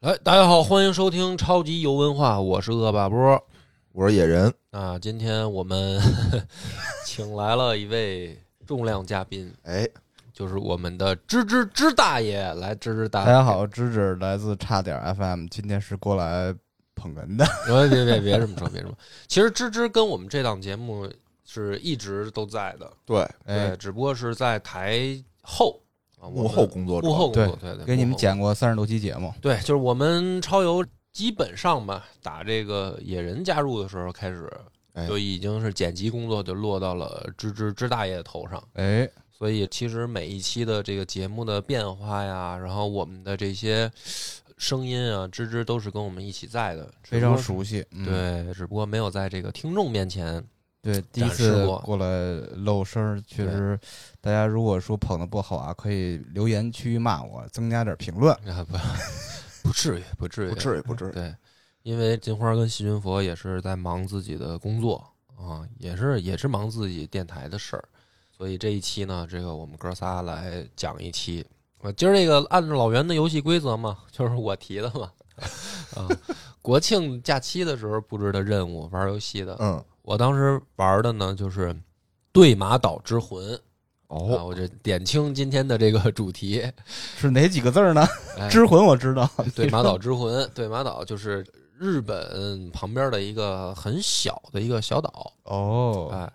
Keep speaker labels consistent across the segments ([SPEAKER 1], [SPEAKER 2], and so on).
[SPEAKER 1] 来，哎大家好，欢迎收听超级游文化，我是恶霸波
[SPEAKER 2] 我是野人，
[SPEAKER 1] 啊。今天我们 请来了一位重量嘉宾，
[SPEAKER 2] 哎，
[SPEAKER 1] 就是我们的芝芝芝大爷，来芝芝大
[SPEAKER 3] 大
[SPEAKER 1] 爷，
[SPEAKER 3] 家好，芝芝来自差点 FM，今天是过来捧哏的。
[SPEAKER 1] 哎别别别别这么说，别这么说。其实芝芝跟我们这档节目是一直都在的，
[SPEAKER 2] 对，
[SPEAKER 3] 哎
[SPEAKER 1] 对，，只不过是在台后啊，我们
[SPEAKER 2] 幕后工作者，
[SPEAKER 1] 幕后工作，对对，
[SPEAKER 3] 给你
[SPEAKER 1] 幕
[SPEAKER 3] 们
[SPEAKER 1] 后
[SPEAKER 3] 讲过三十多期节目，
[SPEAKER 1] 对，就是我们超游基本上吧，打这个野人加入的时候开始
[SPEAKER 2] 哎，
[SPEAKER 1] 就已经是剪辑工作就落到了芝芝芝大爷的头上。
[SPEAKER 3] 哎，
[SPEAKER 1] 所以其实每一期的这个节目的变化呀，然后我们的这些声音啊，芝芝都是跟我们一起在的，
[SPEAKER 3] 非常熟悉。
[SPEAKER 1] 只
[SPEAKER 3] 嗯
[SPEAKER 1] 不过。对，只不过没有在这个听众面前，
[SPEAKER 3] 对，第一
[SPEAKER 1] 展示
[SPEAKER 3] 次
[SPEAKER 1] 过
[SPEAKER 3] 过来露声儿，确实，大家如果说捧的不好啊，可以留言区骂我，增加点评论。
[SPEAKER 1] 啊不，不 至于，不至于，
[SPEAKER 2] 不至于，不至于，
[SPEAKER 1] 对，因为金花跟细菌佛也是在忙自己的工作啊，也是也是忙自己电台的事儿，所以这一期呢，这个我们哥仨来讲一期。啊，今儿这个按照老袁的游戏规则嘛，就是我提的嘛。 啊，国庆假期的时候布置的任务，玩游戏的，
[SPEAKER 2] 嗯，
[SPEAKER 1] 我当时玩的呢就是《对马岛之魂》啊，
[SPEAKER 2] 哦，
[SPEAKER 1] 我就点清今天的这个主 题。
[SPEAKER 3] 是哪几个字儿呢？
[SPEAKER 1] 哎
[SPEAKER 3] 之魂我知道，
[SPEAKER 1] 对马岛之魂，对马岛就是日本旁边的一个很小的一个小岛，
[SPEAKER 3] 哦，
[SPEAKER 1] 哎，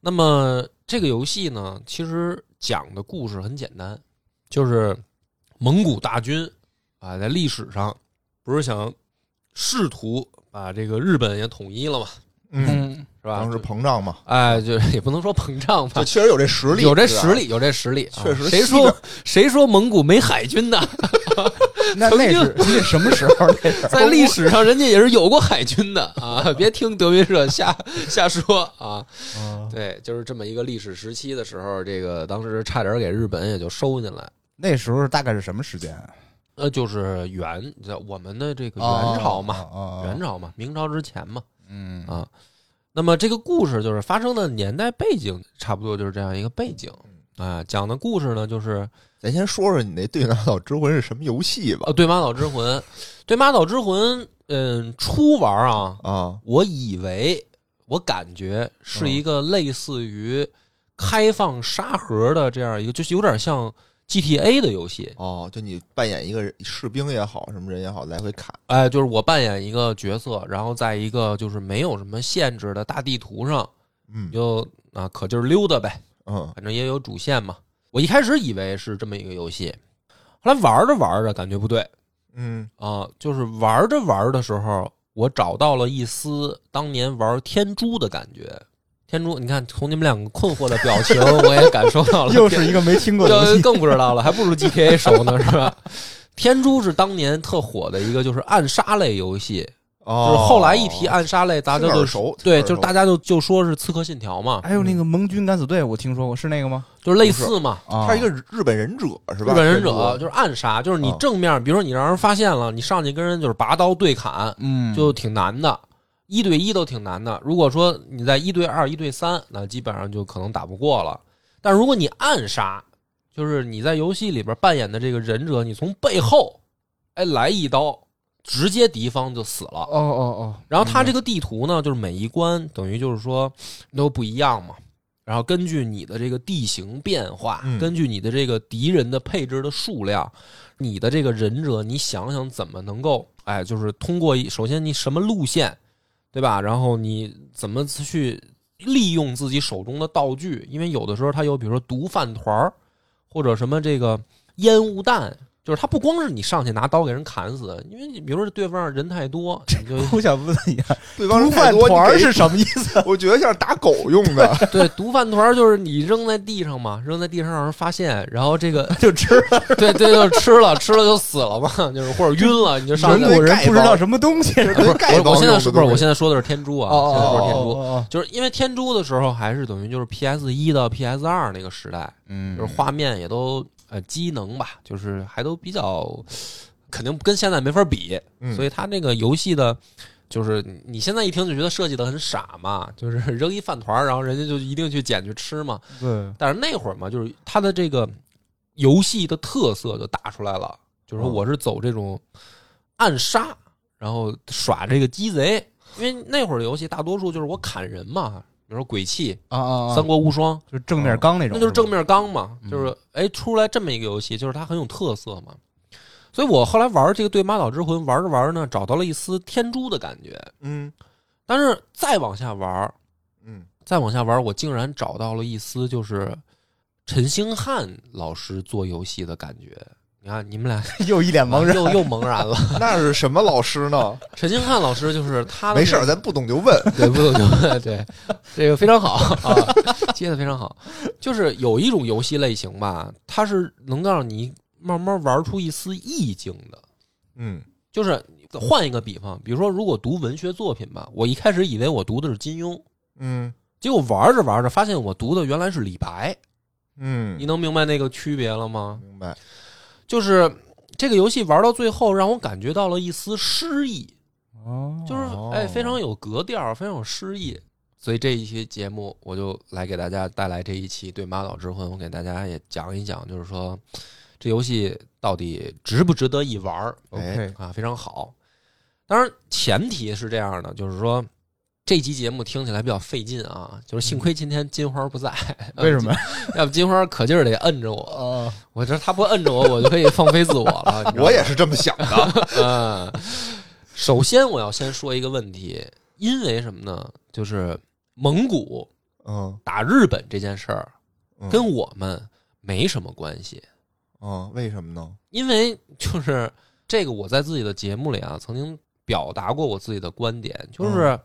[SPEAKER 1] 那么这个游戏呢，其实讲的故事很简单，就是蒙古大军啊，在历史上不是想试图把这个日本也统一了嘛，
[SPEAKER 2] 嗯，
[SPEAKER 3] 嗯，
[SPEAKER 1] 是吧？
[SPEAKER 2] 当时膨胀嘛，
[SPEAKER 1] 哎，就也不能说膨胀吧
[SPEAKER 2] 这，确实有这实力，
[SPEAKER 1] 有这
[SPEAKER 2] 是吧
[SPEAKER 1] 实，力，有这实力，啊
[SPEAKER 2] 确实
[SPEAKER 1] 谁
[SPEAKER 2] 西边
[SPEAKER 1] 说谁说蒙古没海军呢？
[SPEAKER 3] 那
[SPEAKER 1] 曾
[SPEAKER 3] 那
[SPEAKER 1] 经
[SPEAKER 3] 是那什么 时候？那是
[SPEAKER 1] 在历史上，人家也是有过海军的啊！别听德云社瞎瞎说啊！对，就是这么一个历史时期的时候，这个当时差点给日本也就收进来。
[SPEAKER 3] 那时候大概是什么时间？
[SPEAKER 1] 呃，就是元，叫我们的这个
[SPEAKER 3] 哦
[SPEAKER 1] 元朝嘛，，
[SPEAKER 3] 哦
[SPEAKER 1] 元，朝嘛，明朝之前嘛
[SPEAKER 3] 嗯
[SPEAKER 1] 啊。那么这个故事就是发生的年代背景，差不多就是这样一个背景啊。讲的故事呢，就是
[SPEAKER 2] 咱先说说你那《对马岛之魂》是什么游戏吧
[SPEAKER 1] 呃，，对马岛之魂，对马岛之魂，嗯，初玩啊，
[SPEAKER 2] 啊，
[SPEAKER 1] 我以为我感觉是一个类似于开放沙盒的这样一个，就是有点像 GTA 的游戏。
[SPEAKER 2] 哦，就你扮演一个人士兵也好，什么人也好，来回砍，
[SPEAKER 1] 哎，就是我扮演一个角色，然后在一个就是没有什么限制的大地图上，
[SPEAKER 2] 嗯
[SPEAKER 1] 你就啊可劲儿溜达呗，
[SPEAKER 2] 嗯，
[SPEAKER 1] 反正也有主线嘛。我一开始以为是这么一个游戏，后来玩着玩着感觉不对
[SPEAKER 2] 嗯，
[SPEAKER 1] 啊，就是玩着玩的时候，我找到了一丝当年玩天珠的感觉。天珠，你看从你们两个困惑的表情，我也感受到了。
[SPEAKER 3] 又是一个没听过的游
[SPEAKER 1] 这
[SPEAKER 3] 戏，
[SPEAKER 1] 更不知道了，还不如 GTA 熟呢，是吧？天珠是当年特火的一个，就是暗杀类游戏，就
[SPEAKER 2] 哦，
[SPEAKER 1] 是后来一提暗杀类，大家
[SPEAKER 2] 听着
[SPEAKER 1] 就
[SPEAKER 2] 耳熟，
[SPEAKER 1] 对，
[SPEAKER 2] 听
[SPEAKER 1] 就
[SPEAKER 2] 着耳熟
[SPEAKER 1] 是大家就就说是《刺客信条》嘛，
[SPEAKER 3] 还有那个盟军敢死队，我听说过，是那个吗？
[SPEAKER 1] 就是类似嘛。
[SPEAKER 3] 啊，
[SPEAKER 2] 他是一个日本忍者是吧？
[SPEAKER 1] 日本忍
[SPEAKER 2] 这
[SPEAKER 1] 者
[SPEAKER 2] 个
[SPEAKER 1] 就是暗杀，就是你
[SPEAKER 2] 啊
[SPEAKER 1] 正面，比如说你让人发现了，你上去跟人就是拔刀对砍，
[SPEAKER 3] 嗯，
[SPEAKER 1] 就挺难的，一对一都挺难的。如果说你在一对二、一对三，那基本上就可能打不过了。但如果你暗杀，就是你在游戏里边扮演的这个忍者，你从背后，哎来一刀，直接敌方就死了。
[SPEAKER 3] 哦哦哦，
[SPEAKER 1] 然后它这个地图呢，就是每一关等于就是说都不一样嘛。然后根据你的这个地形变化，
[SPEAKER 2] 嗯
[SPEAKER 1] 根据你的这个敌人的配置的数量，你的这个忍者，你想想怎么能够，哎，就是通过一首先你什么路线，对吧？然后你怎么去利用自己手中的道具？因为有的时候它有，比如说毒饭团儿，或者什么这个烟雾弹。就是它不光是你上去拿刀给人砍死，因为你比如说对方人太多，你就
[SPEAKER 3] 我想问一下，
[SPEAKER 2] 对方
[SPEAKER 3] 毒
[SPEAKER 2] 人太
[SPEAKER 3] 贩
[SPEAKER 2] 多，
[SPEAKER 3] 团儿
[SPEAKER 2] 你给
[SPEAKER 3] 是什么意思？
[SPEAKER 2] 我觉得像是打狗用 的，
[SPEAKER 1] 对，毒饭团儿就是你扔在地上嘛，扔在地上让人发现，然后这个
[SPEAKER 3] 就吃了
[SPEAKER 1] 对对，就吃了，吃了就死了嘛，就是或者晕了，你就上
[SPEAKER 3] 蒙
[SPEAKER 1] 去。
[SPEAKER 3] 古人不知道什么东西。
[SPEAKER 2] 就是
[SPEAKER 1] 不是
[SPEAKER 2] 跟丐
[SPEAKER 1] 我，
[SPEAKER 2] 帮
[SPEAKER 1] 我现在
[SPEAKER 2] 用
[SPEAKER 1] 说
[SPEAKER 2] 的
[SPEAKER 1] 不是，我
[SPEAKER 2] 东西
[SPEAKER 1] 现在说的是天珠啊，现在说的是天珠，
[SPEAKER 3] 哦，
[SPEAKER 1] 就是因为天珠的时候还是等于就是 PS 一到 PS 二那个时代，
[SPEAKER 3] 嗯
[SPEAKER 1] 就是画面也都呃机能吧，就是还都比较，肯定跟现在没法比，
[SPEAKER 2] 嗯
[SPEAKER 1] 所以它那个游戏的，就是你你现在一听就觉得设计的很傻嘛，就是扔一饭团儿，然后人家就一定去捡去吃嘛。
[SPEAKER 3] 对，
[SPEAKER 1] 但是那会儿嘛，就是它的
[SPEAKER 3] 嗯
[SPEAKER 1] 这个游戏的特色就打出来了，就是说我是走这种暗杀，然后耍这个鸡贼。因为那会儿的游戏大多数就是我砍人嘛，比如说鬼泣、
[SPEAKER 3] 啊啊啊！
[SPEAKER 1] 三国无双，
[SPEAKER 3] 就正面刚那种，
[SPEAKER 1] 那就是
[SPEAKER 3] 是吧
[SPEAKER 1] 正面刚嘛，
[SPEAKER 3] 嗯
[SPEAKER 1] 就是哎出来这么一个游戏，就是它很有特色嘛。所以我后来玩这个《对马岛之魂》，玩着玩着呢，找到了一丝天珠的感觉。
[SPEAKER 2] 嗯
[SPEAKER 1] 但是再往下玩，
[SPEAKER 2] 嗯
[SPEAKER 1] 再往下玩，我竟然找到了一丝就是陈星汉老师做游戏的感觉。你看，你们 俩
[SPEAKER 3] 又一脸茫然。
[SPEAKER 1] 又又茫然了。
[SPEAKER 2] 那是什么老师呢？
[SPEAKER 1] 陈星汉老师就是 他的
[SPEAKER 2] 没
[SPEAKER 1] 那
[SPEAKER 2] 事儿，
[SPEAKER 1] 个
[SPEAKER 2] 咱不懂就问。
[SPEAKER 1] 对，不懂就问，对，这个非常好啊，接的非常好。就是有一种游戏类型吧，它是能让你慢慢玩出一丝意境的。
[SPEAKER 2] 嗯
[SPEAKER 1] 就是换一个比方，比如说，如果读文学作品吧，我一开始以为我读的是金庸，
[SPEAKER 2] 嗯
[SPEAKER 1] 结果玩着玩着发现我读的原来是李白。你
[SPEAKER 2] 嗯，
[SPEAKER 1] 能明白那个区别了吗？
[SPEAKER 2] 明白。
[SPEAKER 1] 就是这个游戏玩到最后，让我感觉到了一丝诗意。
[SPEAKER 3] 哦
[SPEAKER 1] 就是
[SPEAKER 2] 哦
[SPEAKER 1] 哎，非常有格调，非常有诗意。所以这一期节目，我就来给大家带来这一期对《马岛之魂》，我给大家也讲一讲，就是说这游戏到底值不值得一玩儿
[SPEAKER 2] 哎
[SPEAKER 3] OK，
[SPEAKER 1] 啊？非常好。当然，前提是这样的，就是说这期节目听起来比较费劲啊，就是
[SPEAKER 2] 嗯
[SPEAKER 1] 幸亏今天金花不在，
[SPEAKER 3] 为什么？
[SPEAKER 1] 要不金花可劲儿得摁着我，
[SPEAKER 3] 啊，
[SPEAKER 1] 我这他不摁着我，我就可以放飞自我了。你知道吗
[SPEAKER 2] 我也是这么想的。
[SPEAKER 1] 嗯， 首先我要先说一个问题，因为什么呢？就是蒙古
[SPEAKER 2] 嗯
[SPEAKER 1] 打日本这件事儿
[SPEAKER 2] 嗯
[SPEAKER 1] 跟我们没什么关系，
[SPEAKER 2] 嗯，为什么呢？
[SPEAKER 1] 因为就是这个我在自己的节目里啊曾经表达过我自己的观点，就是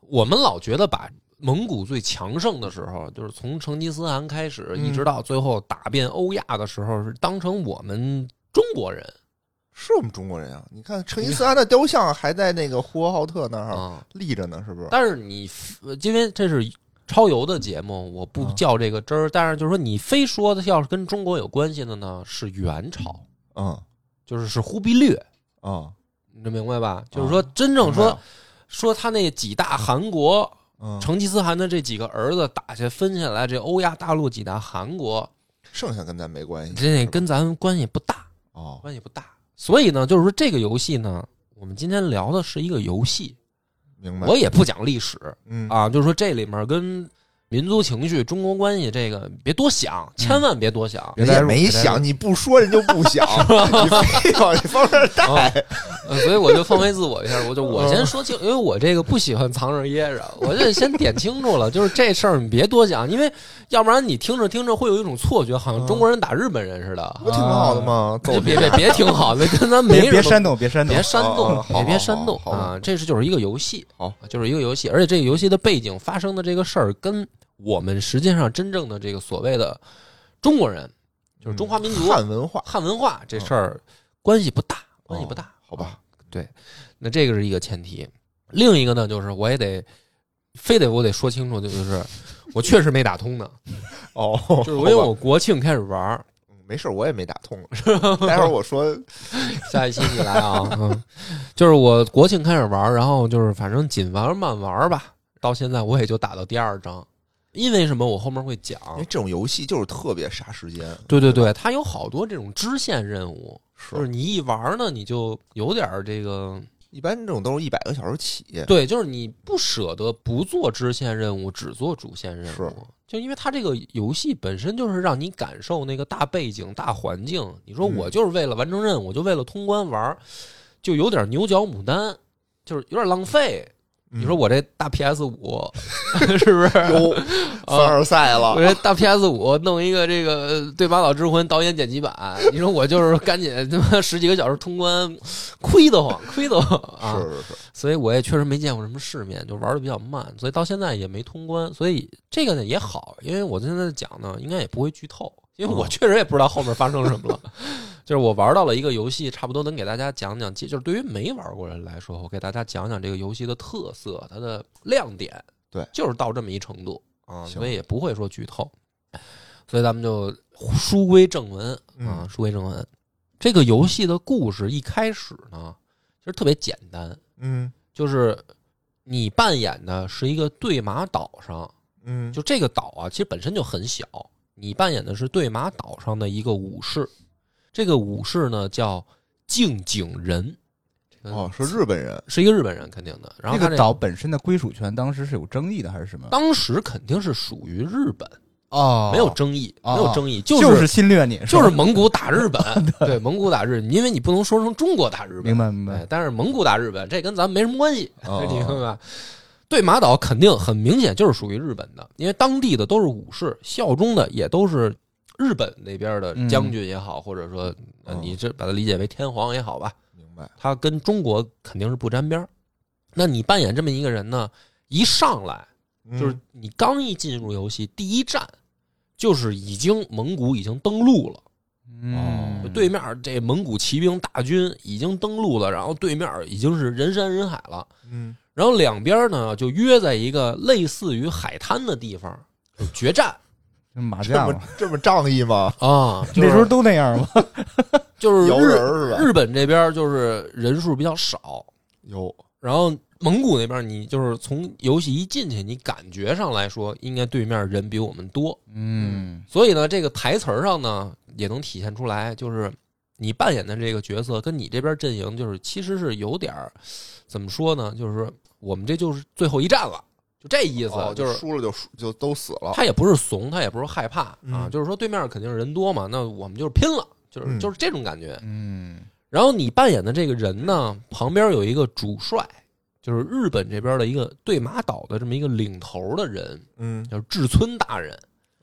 [SPEAKER 1] 我们老觉得把。蒙古最强盛的时候，就是从成吉思汗开始，
[SPEAKER 2] 嗯
[SPEAKER 1] 一直到最后打遍欧亚的时候，是当成我们中国人
[SPEAKER 2] 是我们中国人啊！你看成吉思汗的雕像还在那个呼和浩特那儿
[SPEAKER 1] 啊、
[SPEAKER 2] 立着呢，是不是？
[SPEAKER 1] 但是你呃因为这是超游的节目，我不
[SPEAKER 2] 啊
[SPEAKER 1] 较这个真儿。但是就是说，你非说的要是跟中国有关系的呢，是元朝，
[SPEAKER 2] 嗯
[SPEAKER 1] 就是是忽必烈，
[SPEAKER 2] 嗯，
[SPEAKER 1] 你能明白吧？就是说，真正
[SPEAKER 2] 啊明白
[SPEAKER 1] 说
[SPEAKER 2] 了
[SPEAKER 1] 说他那几大韩国，
[SPEAKER 2] 嗯，
[SPEAKER 1] 成吉思汗的这几个儿子打下分下来，这欧亚大陆几大韩国，
[SPEAKER 2] 剩下跟咱没关系，
[SPEAKER 1] 这
[SPEAKER 2] 是吧
[SPEAKER 1] 跟咱们关系不大，
[SPEAKER 2] 哦，
[SPEAKER 1] 关系不大。所以呢，就是说这个游戏呢，我们今天聊的是一个游戏，
[SPEAKER 2] 明白。
[SPEAKER 1] 我也不讲历史，
[SPEAKER 2] 嗯
[SPEAKER 1] 啊，就是说这里面跟民族情绪、中国关系这个别多想，千万别多想。
[SPEAKER 2] 人
[SPEAKER 3] 别带
[SPEAKER 2] 家
[SPEAKER 3] 入
[SPEAKER 2] 没想，你不说人就不想，你非往这方面 带。
[SPEAKER 1] 啊呃所以我就放飞自我一下，我就我先说清，因为我这个不喜欢藏着掖着，我就先点清楚了，就是这事儿你别多想，因为要不然你听着听着会有一种错觉，好像中国人打日本人似的。啊
[SPEAKER 2] 不挺好的吗？
[SPEAKER 1] 就
[SPEAKER 2] 揍
[SPEAKER 1] 别别别挺好的，跟咱没什么
[SPEAKER 3] 别别煽动，别煽 动
[SPEAKER 1] 别。煽动
[SPEAKER 2] 哦，哦
[SPEAKER 1] 也别
[SPEAKER 2] 好
[SPEAKER 1] 煽
[SPEAKER 2] 好
[SPEAKER 1] 动
[SPEAKER 2] 好
[SPEAKER 1] 啊！这是就是一个游戏，啊
[SPEAKER 2] 好，
[SPEAKER 1] 就是一个游戏，而且这个游戏的背景发生的这个事儿，跟我们实际上真正的这个所谓的中国人，就是中华民族
[SPEAKER 2] 嗯汉文化，哦
[SPEAKER 1] 汉文化这事儿关系不大，关系不大。
[SPEAKER 2] 好吧？
[SPEAKER 1] 那这个是一个前提，另一个呢，就是我也得，非得我得说清楚，就是我确实没打通 呢，
[SPEAKER 2] 哦，
[SPEAKER 1] 啊
[SPEAKER 2] 嗯
[SPEAKER 1] 就是我因为我国庆开始玩儿，
[SPEAKER 2] 没事，我也没打通。 待会儿我说，
[SPEAKER 1] 下一期你来啊， 嗯，就是我国庆开始玩，然后就是反正紧玩慢玩吧，到现在我也就打到第二章，因为什么？我后面会讲。
[SPEAKER 2] 因为这种游戏就是特别杀时间，
[SPEAKER 1] 对对对，它有好多这种支线任务，
[SPEAKER 2] 是
[SPEAKER 1] 就是你一玩呢，你就有点儿这个，
[SPEAKER 2] 一般这种都是一百个小时起。
[SPEAKER 1] 对，就是你不舍得不做支线任务，只做主线任
[SPEAKER 2] 是
[SPEAKER 1] 务，就因为它这个游戏本身就是让你感受那个大背景、大环境。你说
[SPEAKER 2] 嗯
[SPEAKER 1] 我就是为了完成任务，我就为了通关玩儿，就有点牛角牡丹，就是有点浪费。
[SPEAKER 2] 你
[SPEAKER 1] 你说我这大 PS 五 是不是？
[SPEAKER 2] 有凡尔赛
[SPEAKER 1] 我
[SPEAKER 2] 了，
[SPEAKER 1] 这大 PS 五弄一个这个呃《对马岛之魂》导演剪辑版，你说我就是赶紧他妈十几个小时通关，亏得慌，亏得慌啊！
[SPEAKER 2] 是是是，
[SPEAKER 1] 所以我也确实没见过什么世面，就玩的比较慢，所以到现在也没通关。所以这个呢也好，因为我现在讲呢，应该也不会剧透，因为我
[SPEAKER 2] 嗯
[SPEAKER 1] 确实也不知道后面发生什么了。 就是我玩到了一个游戏，差不多能给大家讲讲，就是对于没玩过人来说，我给大家讲讲这个游戏的特色，它的亮点。
[SPEAKER 2] 对
[SPEAKER 1] 就是到这么一程度啊，
[SPEAKER 2] 行
[SPEAKER 1] 所以也不会说剧透。所以咱们就书归正文啊，
[SPEAKER 2] 嗯
[SPEAKER 1] 书归正文。这个游戏的故事一开始呢，其实特别简单，
[SPEAKER 2] 嗯
[SPEAKER 1] 就是你扮演的是一个对马岛上，
[SPEAKER 2] 嗯，
[SPEAKER 1] 就这个岛啊，其实本身就很小。你扮演的是对马岛上的一个武士，这个武士呢叫静景仁，嗯
[SPEAKER 2] 哦，是日本人，
[SPEAKER 1] 是一个日本人肯定的。然后
[SPEAKER 3] 这
[SPEAKER 1] 他这
[SPEAKER 3] 个岛本身的归属权当时是有争议的，还是什么？
[SPEAKER 1] 当时肯定是属于日本，
[SPEAKER 3] 哦
[SPEAKER 1] 没有争议，
[SPEAKER 3] 哦
[SPEAKER 1] 没有争议，
[SPEAKER 3] 就是侵略你，
[SPEAKER 1] 就是
[SPEAKER 3] 吧
[SPEAKER 1] 蒙古打日 本，对，蒙古打日，因为你不能说成中国打日本
[SPEAKER 3] 明，白明白
[SPEAKER 1] 哎，但是蒙古打日本这跟咱们没什么关系，
[SPEAKER 2] 哦
[SPEAKER 1] 你明白吧？对马岛肯定很明显就是属于日本的，因为当地的都是武士，效忠的也都是日本那边的将军也好，或者说呃
[SPEAKER 2] 嗯哦
[SPEAKER 1] 你这把它理解为天皇也好吧，
[SPEAKER 2] 明白？
[SPEAKER 1] 他跟中国肯定是不沾边儿。那你扮演这么一个人呢，一上来
[SPEAKER 2] 嗯
[SPEAKER 1] 就是你刚一进入游戏，第一站就是已经蒙古已经登陆了。
[SPEAKER 3] 嗯
[SPEAKER 2] 哦
[SPEAKER 1] 对面儿这蒙古骑兵大军已经登陆了，然后对面儿已经是人山人海了，
[SPEAKER 2] 嗯，
[SPEAKER 1] 然后两边儿呢就约在一个类似于海滩的地方就决战
[SPEAKER 3] 就马
[SPEAKER 2] 这
[SPEAKER 3] 架
[SPEAKER 2] 么
[SPEAKER 3] 嘛，
[SPEAKER 2] 这么仗义吗？
[SPEAKER 1] 啊，
[SPEAKER 3] 那时候都那样嘛。
[SPEAKER 1] 就是
[SPEAKER 2] 摇人
[SPEAKER 1] 日
[SPEAKER 2] 儿是吧？
[SPEAKER 1] 日本这边儿就是人数比较少，
[SPEAKER 2] 有
[SPEAKER 1] 然后蒙古那边儿你就是从游戏一进去，你感觉上来说应该对面人比我们多，
[SPEAKER 3] 嗯
[SPEAKER 1] 所以呢这个台词儿上呢也能体现出来，就是你扮演的这个角色跟你这边阵营就是其实是有点儿怎么说呢？就是说我们这就是最后一战了，就这意思，啊
[SPEAKER 2] 哦
[SPEAKER 1] 就是
[SPEAKER 2] 输了就输就都死了。
[SPEAKER 1] 他也不是怂，他也不是害怕、啊，
[SPEAKER 2] 嗯
[SPEAKER 1] 就是说对面肯定是人多嘛，那我们就是拼了，就是、
[SPEAKER 2] 嗯
[SPEAKER 1] 就是这种感觉。
[SPEAKER 3] 嗯
[SPEAKER 1] 然后你扮演的这个人呢，旁边有一个主帅，就是日本这边的一个对马岛的这么一个领头的人，
[SPEAKER 2] 嗯，
[SPEAKER 1] 叫志村大人。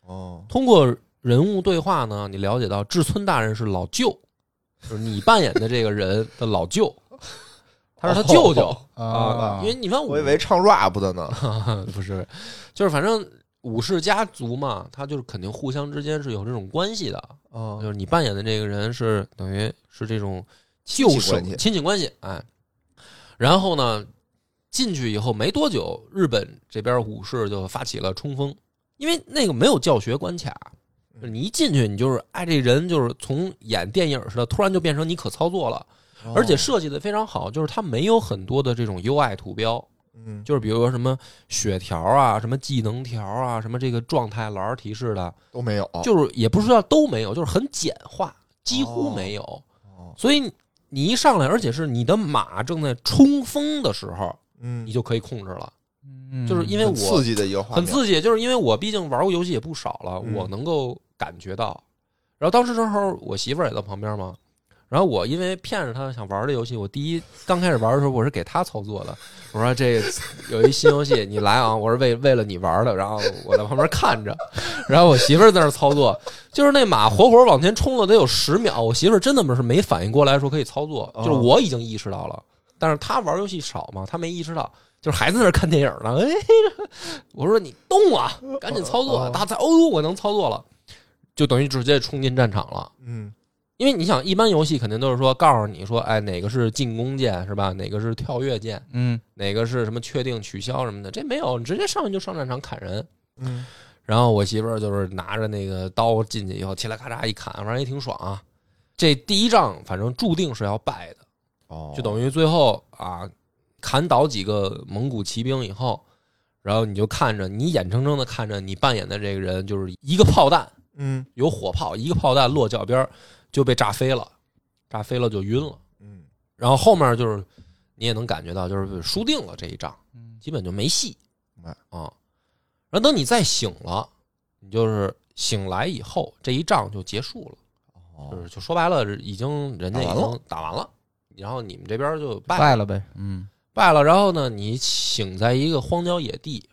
[SPEAKER 2] 哦，
[SPEAKER 1] 通过人物对话呢，你了解到志村大人是老舅，就是你扮演的这个人的老舅，他是他
[SPEAKER 3] 哦
[SPEAKER 1] 舅舅啊。因为你看武
[SPEAKER 2] 我以为唱 rap 的呢。
[SPEAKER 1] 不是，就是反正武士家族嘛，他就是肯定互相之间是有这种关系的。
[SPEAKER 2] 啊
[SPEAKER 1] 就是你扮演的这个人是等于是这种旧
[SPEAKER 2] 戚
[SPEAKER 1] 手
[SPEAKER 2] 关系
[SPEAKER 1] 亲戚关系，哎。然后呢，进去以后没多久，日本这边武士就发起了冲锋，因为那个没有教学关卡，就是
[SPEAKER 2] 嗯
[SPEAKER 1] 你一进去你就是哎这人就是从演电影似的，突然就变成你可操作了，
[SPEAKER 2] 哦
[SPEAKER 1] 而且设计的非常好，就是它没有很多的这种 UI 图标。
[SPEAKER 2] 嗯，
[SPEAKER 1] 就是比如说什么血条啊、什么技能条啊、什么这个状态栏儿提示的，
[SPEAKER 2] 都没有，
[SPEAKER 1] 就是也不是说都没有，就是很简化，几乎没有。
[SPEAKER 2] 哦
[SPEAKER 1] 所以你一上来，而且是你的马正在冲锋的时候，
[SPEAKER 2] 嗯
[SPEAKER 1] 你，就可以控制了，
[SPEAKER 3] 为
[SPEAKER 1] 就是因为
[SPEAKER 2] 很
[SPEAKER 1] 我
[SPEAKER 2] 刺激的一个画
[SPEAKER 1] 很
[SPEAKER 2] 面，
[SPEAKER 1] 刺激，就是因为我毕竟玩过游戏也不少了，
[SPEAKER 2] 嗯
[SPEAKER 1] 我能够感觉到。然后当时正好我媳妇儿也在旁边嘛，然后我因为骗着她想玩这游戏，我第一刚开始玩的时候我是给她操作的，我说这有一新游戏你来啊，我是为为了你玩的，然后我在旁边看着，然后我媳妇儿在那儿操作，就是那马活活往前冲了得有十秒，我媳妇儿真的是没反应过来说可以操作，就是
[SPEAKER 2] 哦
[SPEAKER 1] 我已经意识到了，但是她玩游戏少嘛，她没意识到。就是还在那儿看电影呢，哎，我说你动啊，赶紧操作啊！
[SPEAKER 2] 哦
[SPEAKER 1] 大家哦，我能操作了，就等于直接冲进战场了。
[SPEAKER 2] 嗯，
[SPEAKER 1] 因为你想，一般游戏肯定都是说告诉你说，哎，哪个是进攻键是吧？哪个是跳跃键？
[SPEAKER 3] 嗯
[SPEAKER 1] 哪个是什么确定取消什么的？这没有，你直接上去就上战场砍人。
[SPEAKER 2] 嗯
[SPEAKER 1] 然后我媳妇儿就是拿着那个刀进去以后，嘁啦咔嚓一砍，反正也挺爽啊。这第一仗反正注定是要败的。
[SPEAKER 2] 哦，
[SPEAKER 1] 就等于最后啊，砍倒几个蒙古骑兵以后，然后你就看着你眼睁睁的看着你扮演的这个人就是一个炮弹，
[SPEAKER 2] 嗯
[SPEAKER 1] 有火炮，一个炮弹落脚边儿就被炸飞了，炸飞了就晕了。
[SPEAKER 2] 嗯
[SPEAKER 1] 然后后面就是你也能感觉到，就是输定了这一仗，
[SPEAKER 3] 嗯
[SPEAKER 1] 基本就没戏
[SPEAKER 2] 明白
[SPEAKER 1] 啊。然后等你再醒了，你就是醒来以后，这一仗就结束了。就
[SPEAKER 2] 哦，
[SPEAKER 1] 是就说白了，已经人家已
[SPEAKER 2] 打完了
[SPEAKER 1] 经打完了，然后你们这边就败了
[SPEAKER 3] 败了呗，嗯
[SPEAKER 1] 败了，然后呢，你醒在一个荒郊野地，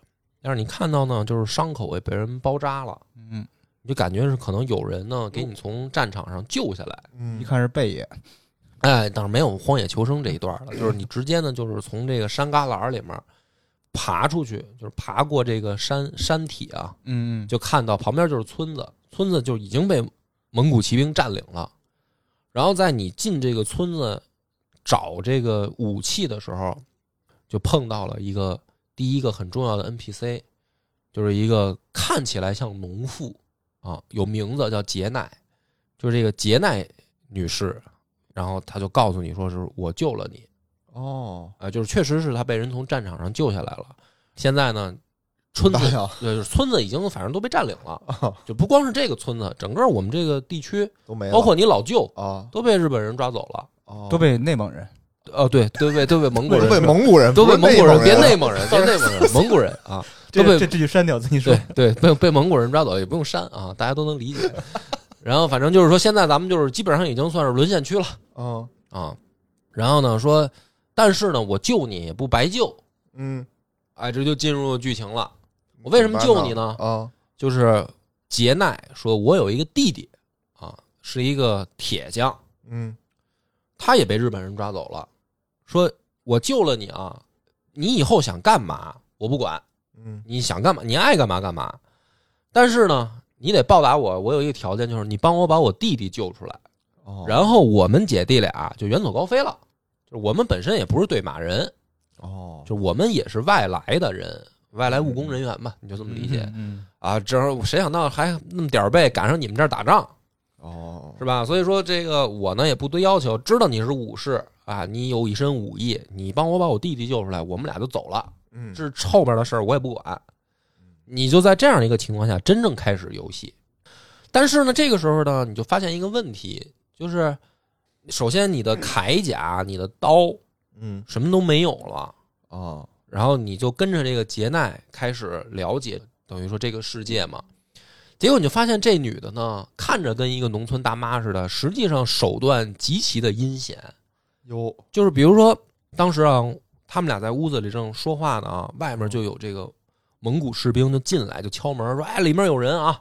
[SPEAKER 1] 但是你看到呢，就是伤口也被人包扎了，
[SPEAKER 3] 嗯，
[SPEAKER 1] 你就感觉是可能有人呢给你从战场上救下来，
[SPEAKER 2] 嗯
[SPEAKER 3] 一看是贝爷，
[SPEAKER 1] 哎，但是没有荒野求生这一段了，就是你直接呢就是从这个山旮旯里面爬出去，就是爬过这个山山体啊，
[SPEAKER 3] 嗯
[SPEAKER 1] 就看到旁边就是村子，村子就已经被蒙古骑兵占领了。然后在你进这个村子找这个武器的时候，就碰到了一个第一个很重要的 NPC，就是一个看起来像农妇啊，有名字叫杰奈，就是这个杰奈女士。然后她就告诉你说是我救了你，
[SPEAKER 2] 哦，
[SPEAKER 1] 啊，就是确实是她被人从战场上救下来了。现在呢，村子
[SPEAKER 2] 大哎呀
[SPEAKER 1] 对，呃就是村子已经反正都被占领了，就不光是这个村子，整个我们这个地区，
[SPEAKER 2] 都没了，
[SPEAKER 1] 包括你老舅
[SPEAKER 2] 啊
[SPEAKER 1] 都被日本人抓走了。
[SPEAKER 2] 哦，
[SPEAKER 3] 都被内蒙人，
[SPEAKER 1] 哦，对对对，都被蒙古
[SPEAKER 2] 都被
[SPEAKER 1] 人，
[SPEAKER 2] 蒙古人，
[SPEAKER 1] 都被
[SPEAKER 2] 不
[SPEAKER 1] 蒙
[SPEAKER 2] 是
[SPEAKER 1] 古
[SPEAKER 2] 内
[SPEAKER 1] 人，啊
[SPEAKER 2] 蒙
[SPEAKER 1] 别
[SPEAKER 2] 人
[SPEAKER 1] 内蒙人，别内蒙 人，蒙古人啊，
[SPEAKER 3] 这
[SPEAKER 1] 都被
[SPEAKER 3] 这这句删掉，自己说
[SPEAKER 1] 对。对，被被蒙古人抓走也不用删啊，大家都能理解。然后反正就是说，现在咱们就是基本上已经算是沦陷区了
[SPEAKER 2] 啊，
[SPEAKER 1] 啊。然后呢说，但是呢，我救你也不白救，
[SPEAKER 2] 嗯，
[SPEAKER 1] 哎，这就进入剧情了。我为什么
[SPEAKER 2] 怎
[SPEAKER 1] 救
[SPEAKER 2] 办
[SPEAKER 1] 你呢
[SPEAKER 2] 啊，
[SPEAKER 1] 就是杰奈说，我有一个弟弟啊，是一个铁匠，
[SPEAKER 2] 嗯
[SPEAKER 1] 他也被日本人抓走了。说我救了你啊，你以后想干嘛我不管，
[SPEAKER 2] 嗯
[SPEAKER 1] 你想干嘛你爱干嘛干嘛。但是呢，你得报答我，我有一个条件，就是你帮我把我弟弟救出来，
[SPEAKER 3] 哦
[SPEAKER 1] 然后我们姐弟俩就远走高飞了。就是我们本身也不是对马人，
[SPEAKER 3] 哦，
[SPEAKER 1] 就我们也是外来的人，外来务工人员吧，你就这么理解。
[SPEAKER 3] 嗯，
[SPEAKER 1] 啊，这谁想到还那么点儿背赶上你们这儿打仗
[SPEAKER 2] 哦，
[SPEAKER 1] 是吧？所以说这个我呢也不多要求，知道你是武士啊，你有一身武艺，你帮我把我弟弟救出来，我们俩就走了。
[SPEAKER 2] 嗯
[SPEAKER 1] 这是后边的事儿我也不管。你就在这样一个情况下真正开始游戏，但是呢，这个时候呢，你就发现一个问题，就是首先你的铠甲、你的刀
[SPEAKER 2] 嗯
[SPEAKER 1] 什么都没有了，
[SPEAKER 2] 哦，
[SPEAKER 1] 然后你就跟着这个杰奈开始了解，等于说这个世界嘛。结果你就发现这女的呢，看着跟一个农村大妈似的，实际上手段极其的阴险。
[SPEAKER 2] 有
[SPEAKER 1] 就是比如说，当时啊，他们俩在屋子里正说话呢啊，外面就有这个蒙古士兵就进来，就敲门说：“哎，里面有人啊，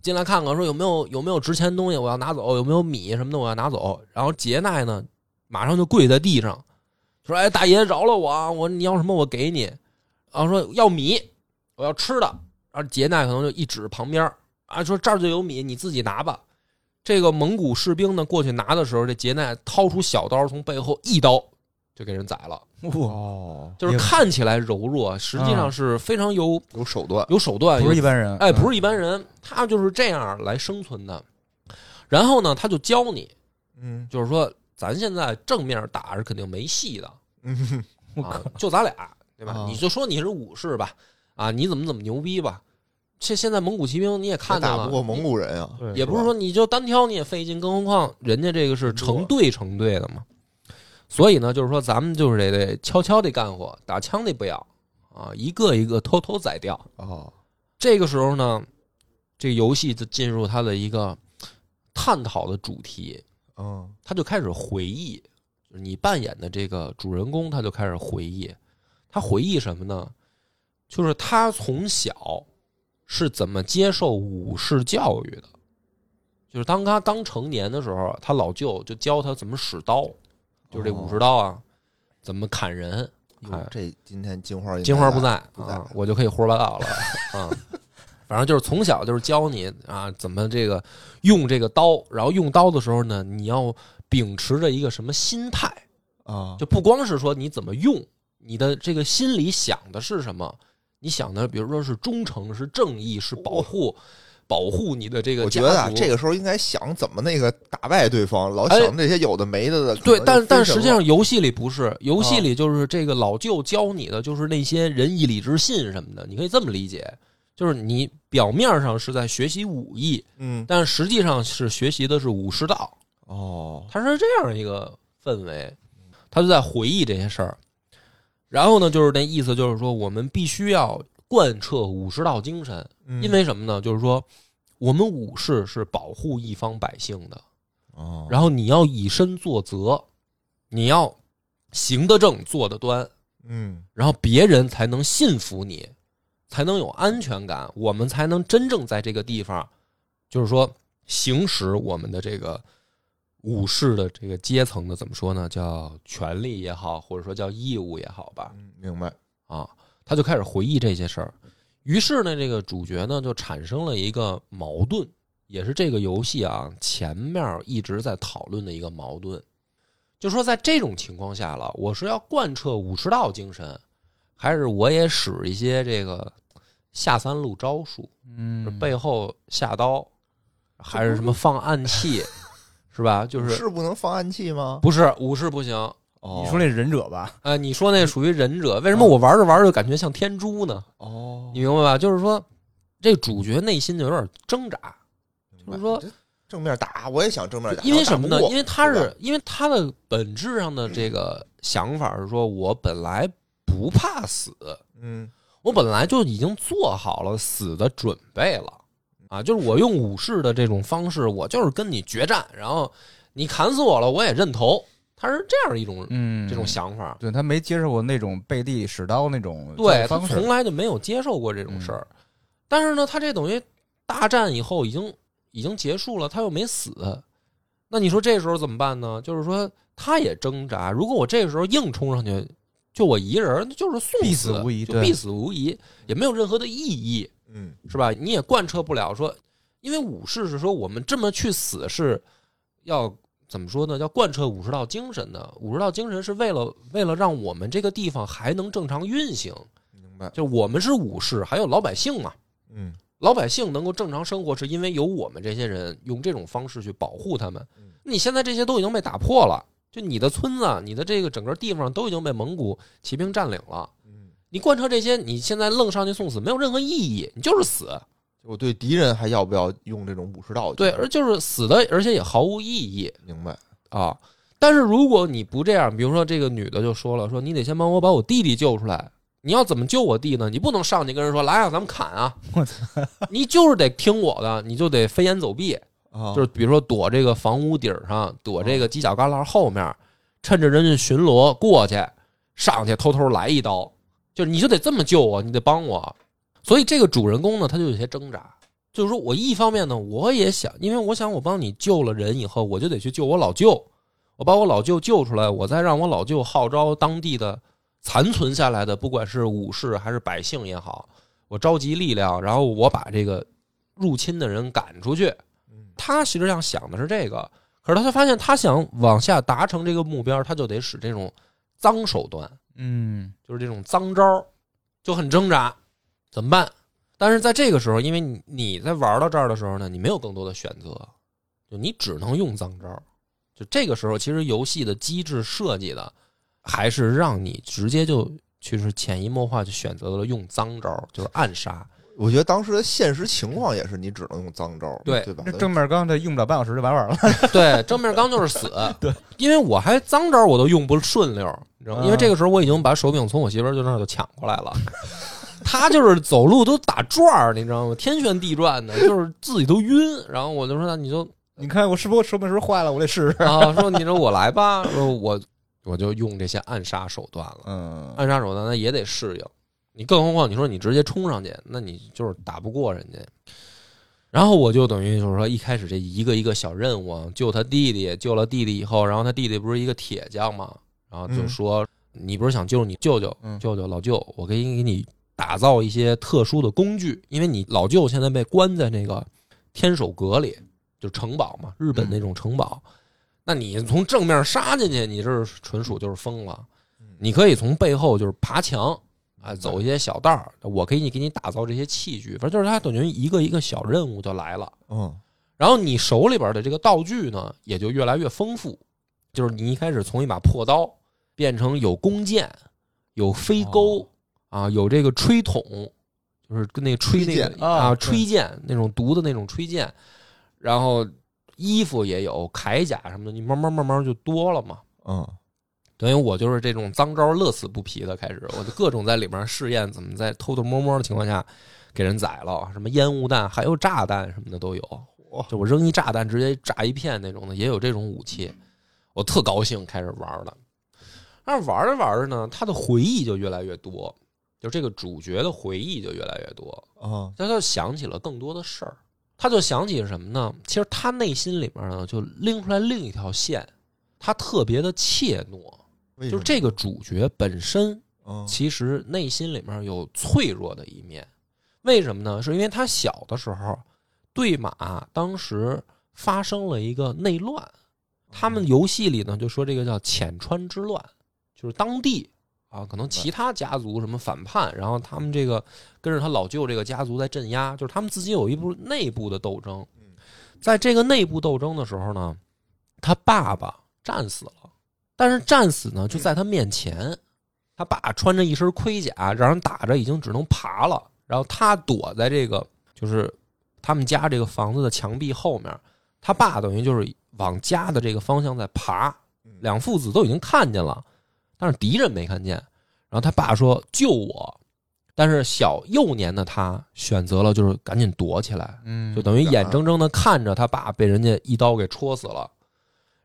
[SPEAKER 1] 进来看看，说有没有有没有值钱东西我要拿走，有没有米什么的我要拿走。”然后杰奈呢，马上就跪在地上，说：“哎，大爷饶了我啊！我你要什么我给你。”然后说要米，我要吃的。然后杰奈可能就一指旁边儿啊，说这儿就有米，你自己拿吧。这个蒙古士兵呢过去拿的时候，这杰奈掏出小刀，从背后一刀就给人宰了。
[SPEAKER 3] 嗯哇，
[SPEAKER 2] 哦，
[SPEAKER 1] 就是
[SPEAKER 3] 也
[SPEAKER 1] 看起来柔弱，实际上是非常有
[SPEAKER 2] 有手段，
[SPEAKER 1] 有手段，
[SPEAKER 3] 嗯不是一
[SPEAKER 1] 有
[SPEAKER 3] 般人，
[SPEAKER 1] 哎，
[SPEAKER 3] 嗯
[SPEAKER 1] 不是一般人，他就是这样来生存的。然后呢，他就教你，
[SPEAKER 2] 嗯
[SPEAKER 1] 就是说咱现在正面打是肯定没戏的，
[SPEAKER 2] 嗯，
[SPEAKER 3] 我
[SPEAKER 1] 啊
[SPEAKER 3] 靠，，
[SPEAKER 1] 就咱俩，对吧？
[SPEAKER 3] 啊
[SPEAKER 1] 你就说你是武士吧，啊，你怎么怎么牛逼吧？这现在蒙古骑兵你也看见了，
[SPEAKER 2] 打不过蒙古人啊，
[SPEAKER 3] 对
[SPEAKER 1] 也不是说你就单挑你也费劲，更何况人家这个是成对成对的嘛。所以呢，就是说咱们就是得得悄悄地干活，打枪的不要啊，一个一个偷偷宰掉。
[SPEAKER 2] 哦，
[SPEAKER 1] 这个时候呢，这个游戏就进入它的一个探讨的主题，
[SPEAKER 2] 嗯
[SPEAKER 1] 他就开始回忆，就是你扮演的这个主人公，他就开始回忆，他回忆什么呢？就是他从小是怎么接受武士教育的，就是当他刚成年的时候，他老舅就教他怎么使刀，就是这武士刀啊，怎么砍人。哎
[SPEAKER 2] 哟，这今天金花
[SPEAKER 1] 金花不在
[SPEAKER 2] 不在
[SPEAKER 1] 啊，我就可以胡说八 道了啊。反正就是从小就是教你啊，怎么这个用这个刀，然后用刀的时候呢，你要秉持着一个什么心态，
[SPEAKER 2] 啊，
[SPEAKER 1] 就不光是说你怎么用，你的这个心里想的是什么？你想的，比如说是忠诚，是正义，是保护，保护你的这个
[SPEAKER 2] 我
[SPEAKER 1] 家
[SPEAKER 2] 觉
[SPEAKER 1] 族。
[SPEAKER 2] 得啊，这个时候应该想怎么那个打败对方，老
[SPEAKER 1] 哎
[SPEAKER 2] 想这些有的没的的。
[SPEAKER 1] 对，
[SPEAKER 2] 可能就
[SPEAKER 1] 但
[SPEAKER 2] 分
[SPEAKER 1] 但
[SPEAKER 2] 神
[SPEAKER 1] 实际
[SPEAKER 2] 了啊
[SPEAKER 1] 上游戏里不是，游戏里就是这个老舅教你的，就是那些仁义礼智信什么的，你可以这么理解，就是你表面上是在学习武艺，
[SPEAKER 2] 嗯
[SPEAKER 1] 但实际上是学习的是武士道，
[SPEAKER 2] 哦
[SPEAKER 1] 它是这样一个氛围，他就在回忆这些事儿，然后呢，就是那意思就是说，我们必须要贯彻武士道精神，
[SPEAKER 2] 嗯
[SPEAKER 1] 因为什么呢？就是说，我们武士是保护一方百姓的，
[SPEAKER 2] 哦
[SPEAKER 1] 然后你要以身作则，你要行得正，坐得端，
[SPEAKER 2] 嗯
[SPEAKER 1] 然后别人才能信服你，才能有安全感，我们才能真正在这个地方，就是说行使我们的这个武士的这个阶层的怎么说呢？叫权利也好，或者说叫义务也好吧，
[SPEAKER 2] 嗯明白
[SPEAKER 1] 啊，他就开始回忆这些事儿。于是呢，这个主角呢就产生了一个矛盾，也是这个游戏啊前面一直在讨论的一个矛盾，就说在这种情况下了，我是要贯彻武士道精神，还是我也使一些这个下三路招数，是
[SPEAKER 3] 嗯，
[SPEAKER 1] 背后下刀，还是什么放暗器，是吧？就
[SPEAKER 2] 武
[SPEAKER 1] 是
[SPEAKER 2] 士不能放暗器吗？
[SPEAKER 1] 不是武士不行？
[SPEAKER 2] 哦
[SPEAKER 3] 你说那忍者吧，
[SPEAKER 1] 呃，你说那属于忍者，为什么我玩着玩着就感觉像天珠呢？
[SPEAKER 2] 哦
[SPEAKER 1] 你，明白吧？就是说，这主角内心就有点挣扎，
[SPEAKER 2] 明
[SPEAKER 1] 就
[SPEAKER 2] 白
[SPEAKER 1] 是说
[SPEAKER 2] 这正面打，我也想正面打，
[SPEAKER 1] 因为什么呢
[SPEAKER 2] 打不？过
[SPEAKER 1] 因为他
[SPEAKER 2] 对
[SPEAKER 1] 是因为他的本质上的这个想法是说，我本来不怕死，
[SPEAKER 2] 嗯
[SPEAKER 1] 我本来就已经做好了死的准备了啊！就是我用武士的这种方式，我就是跟你决战，然后你砍死我了，我也认头。他是这样一种、
[SPEAKER 3] 嗯，
[SPEAKER 1] 这种想法，
[SPEAKER 3] 对他没接受过那种背地使刀那种教
[SPEAKER 1] 对
[SPEAKER 3] 育
[SPEAKER 1] 他
[SPEAKER 3] 方式，嗯
[SPEAKER 1] 从来就没有接受过这种事儿。但是呢，他这等于大战以后已经已经结束了，他又没死，那你说这时候怎么办呢？就是说他也挣扎，如果我这时候硬冲上去，就我一人儿，那就是送
[SPEAKER 3] 必
[SPEAKER 1] 死
[SPEAKER 3] 死无疑
[SPEAKER 1] 就
[SPEAKER 3] 对
[SPEAKER 1] 必死无疑，也没有任何的意义。
[SPEAKER 2] 嗯
[SPEAKER 1] 是吧？你也贯彻不了说，因为武士是说我们这么去死是要怎么说呢？要贯彻武士道精神的。武士道精神是为了为了让我们这个地方还能正常运行，
[SPEAKER 2] 明白，
[SPEAKER 1] 就我们是武士，还有老百姓嘛。
[SPEAKER 2] 嗯
[SPEAKER 1] 老百姓能够正常生活，是因为有我们这些人用这种方式去保护他们
[SPEAKER 2] 嗯。
[SPEAKER 1] 你现在这些都已经被打破了，就你的村子、啊你的这个整个地方都已经被蒙古骑兵占领了。
[SPEAKER 2] 嗯，
[SPEAKER 1] 你贯彻这些，你现在愣上去送死没有任何意义，你就是死。
[SPEAKER 2] 我对敌人还要不要用这种武士道？
[SPEAKER 1] 对，而就是死的，而且也毫无意义
[SPEAKER 2] 明白，
[SPEAKER 1] 啊。但是如果你不这样，比如说这个女的就说了，说你得先帮我把我弟弟救出来。你要怎么救我弟呢？你不能上去跟人说来啊，咱们砍啊！
[SPEAKER 3] 我
[SPEAKER 1] 操，你就是得听我的，你就得飞檐走壁，
[SPEAKER 2] 啊
[SPEAKER 1] 就是是比如说躲这个房屋顶上，躲这个犄角旮旯后面，趁着人家巡逻过去，上去偷偷来一刀，就是你就得这么救我，你得帮我。所以这个主人公呢，他就有些挣扎，就是说我一方面呢，我也想，因为我想我帮你救了人以后，我就得去救我老舅，我把我老舅救出来，我再让我老舅号召当地的残存下来的，不管是武士还是百姓也好，我召集力量，然后我把这个入侵的人赶出去。他其实上想的是这个，可是他发现他想往下达成这个目标，他就得使这种脏手段，
[SPEAKER 3] 嗯，
[SPEAKER 1] 就是这种脏招儿，就很挣扎，怎么办？但是在这个时候，因为你你在玩到这儿的时候呢，你没有更多的选择，就你只能用脏招儿。就这个时候，其实游戏的机制设计的还是让你直接就就是潜移默化就选择了用脏招儿，就是暗杀。
[SPEAKER 2] 我觉得当时的现实情况也是，你只能用脏招，
[SPEAKER 1] 对
[SPEAKER 2] 对吧
[SPEAKER 3] 这？正面刚才用不了半小时就玩完了，
[SPEAKER 1] 对，正面刚就是死。对，因为我还脏招我都用不顺溜，你知道吗？因为这个时候我已经把手柄从我媳妇儿就那儿就抢过来了， 她就是走路都打转儿，你知道吗？天旋地转的，就是自己都晕。然后我就说那你就
[SPEAKER 3] 你看我是不是手柄是不是坏了？我得试试。
[SPEAKER 1] 啊，说你说我来吧，说我我就用这些暗杀手段了。
[SPEAKER 3] 嗯，
[SPEAKER 1] 暗杀手段那也得适应。你更何况你说你直接冲上去，那你就是打不过人家。然后我就等于就是说，一开始这一个一个小任务啊，救他弟弟，救了弟弟以后，然后他弟弟不是一个铁匠嘛，然后就说、你不是想救你舅舅，
[SPEAKER 3] 嗯
[SPEAKER 1] 舅舅老舅，我给你给你打造一些特殊的工具，因为你老舅现在被关在那个天守阁里，就城堡嘛，日本那种城堡。
[SPEAKER 3] 嗯
[SPEAKER 1] 那你从正面杀进去，你这是纯属就是疯了。你可以从背后就是爬墙
[SPEAKER 3] 嗯
[SPEAKER 1] 啊，走一些小道儿，我可以给你打造这些器具，反正就是它等于一个一个小任务就来了。
[SPEAKER 2] 嗯
[SPEAKER 1] 然后你手里边的这个道具呢，也就越来越丰富，就是你一开始从一把破刀变成有弓箭、有飞钩、
[SPEAKER 3] 哦
[SPEAKER 1] 啊，有这个吹筒，就是跟那个吹那个
[SPEAKER 2] 吹
[SPEAKER 3] 箭啊对
[SPEAKER 1] 吹箭那种毒的那种吹箭，然后衣服也有铠甲什么的，你慢慢慢慢就多了嘛。
[SPEAKER 2] 嗯，
[SPEAKER 1] 等于我就是这种脏招乐此不疲的开始，我就各种在里面试验怎么在偷偷摸摸的情况下给人宰了，什么烟雾弹，还有炸弹什么的都有。就我扔一炸弹直接炸一片那种的，也有这种武器，我特高兴开始玩了。但是玩着玩着呢，他的回忆就越来越多，就这个主角的回忆就越来越多，
[SPEAKER 2] 啊
[SPEAKER 1] 他就想起了更多的事儿。他就想起什么呢？其实他内心里面呢，就拎出来另一条线，他特别的怯懦。
[SPEAKER 2] 为什
[SPEAKER 1] 就是
[SPEAKER 2] 么
[SPEAKER 1] 这个主角本身，
[SPEAKER 2] 嗯
[SPEAKER 1] 其实内心里面有脆弱的一面。为什么呢？是因为他小的时候，对马当时发生了一个内乱，他们游戏里呢就说这个叫浅川之乱，就是当地啊，可能其他家族什么反叛，然后他们这个跟着他老舅这个家族在镇压，就是他们自己有一部内部的斗争
[SPEAKER 2] 嗯。
[SPEAKER 1] 在这个内部斗争的时候呢，他爸爸战死了，但是战死呢就在他面前，他爸穿着一身盔甲，让人打着已经只能爬了，然后他躲在这个就是他们家这个房子的墙壁后面，他爸等于就是往家的这个方向在爬，两父子都已经看见了，但是敌人没看见。然后他爸说救我，但是小幼年的他选择了就是赶紧躲起来，
[SPEAKER 3] 嗯，
[SPEAKER 1] 就等于眼睁睁的看着他爸被人家一刀给戳死了。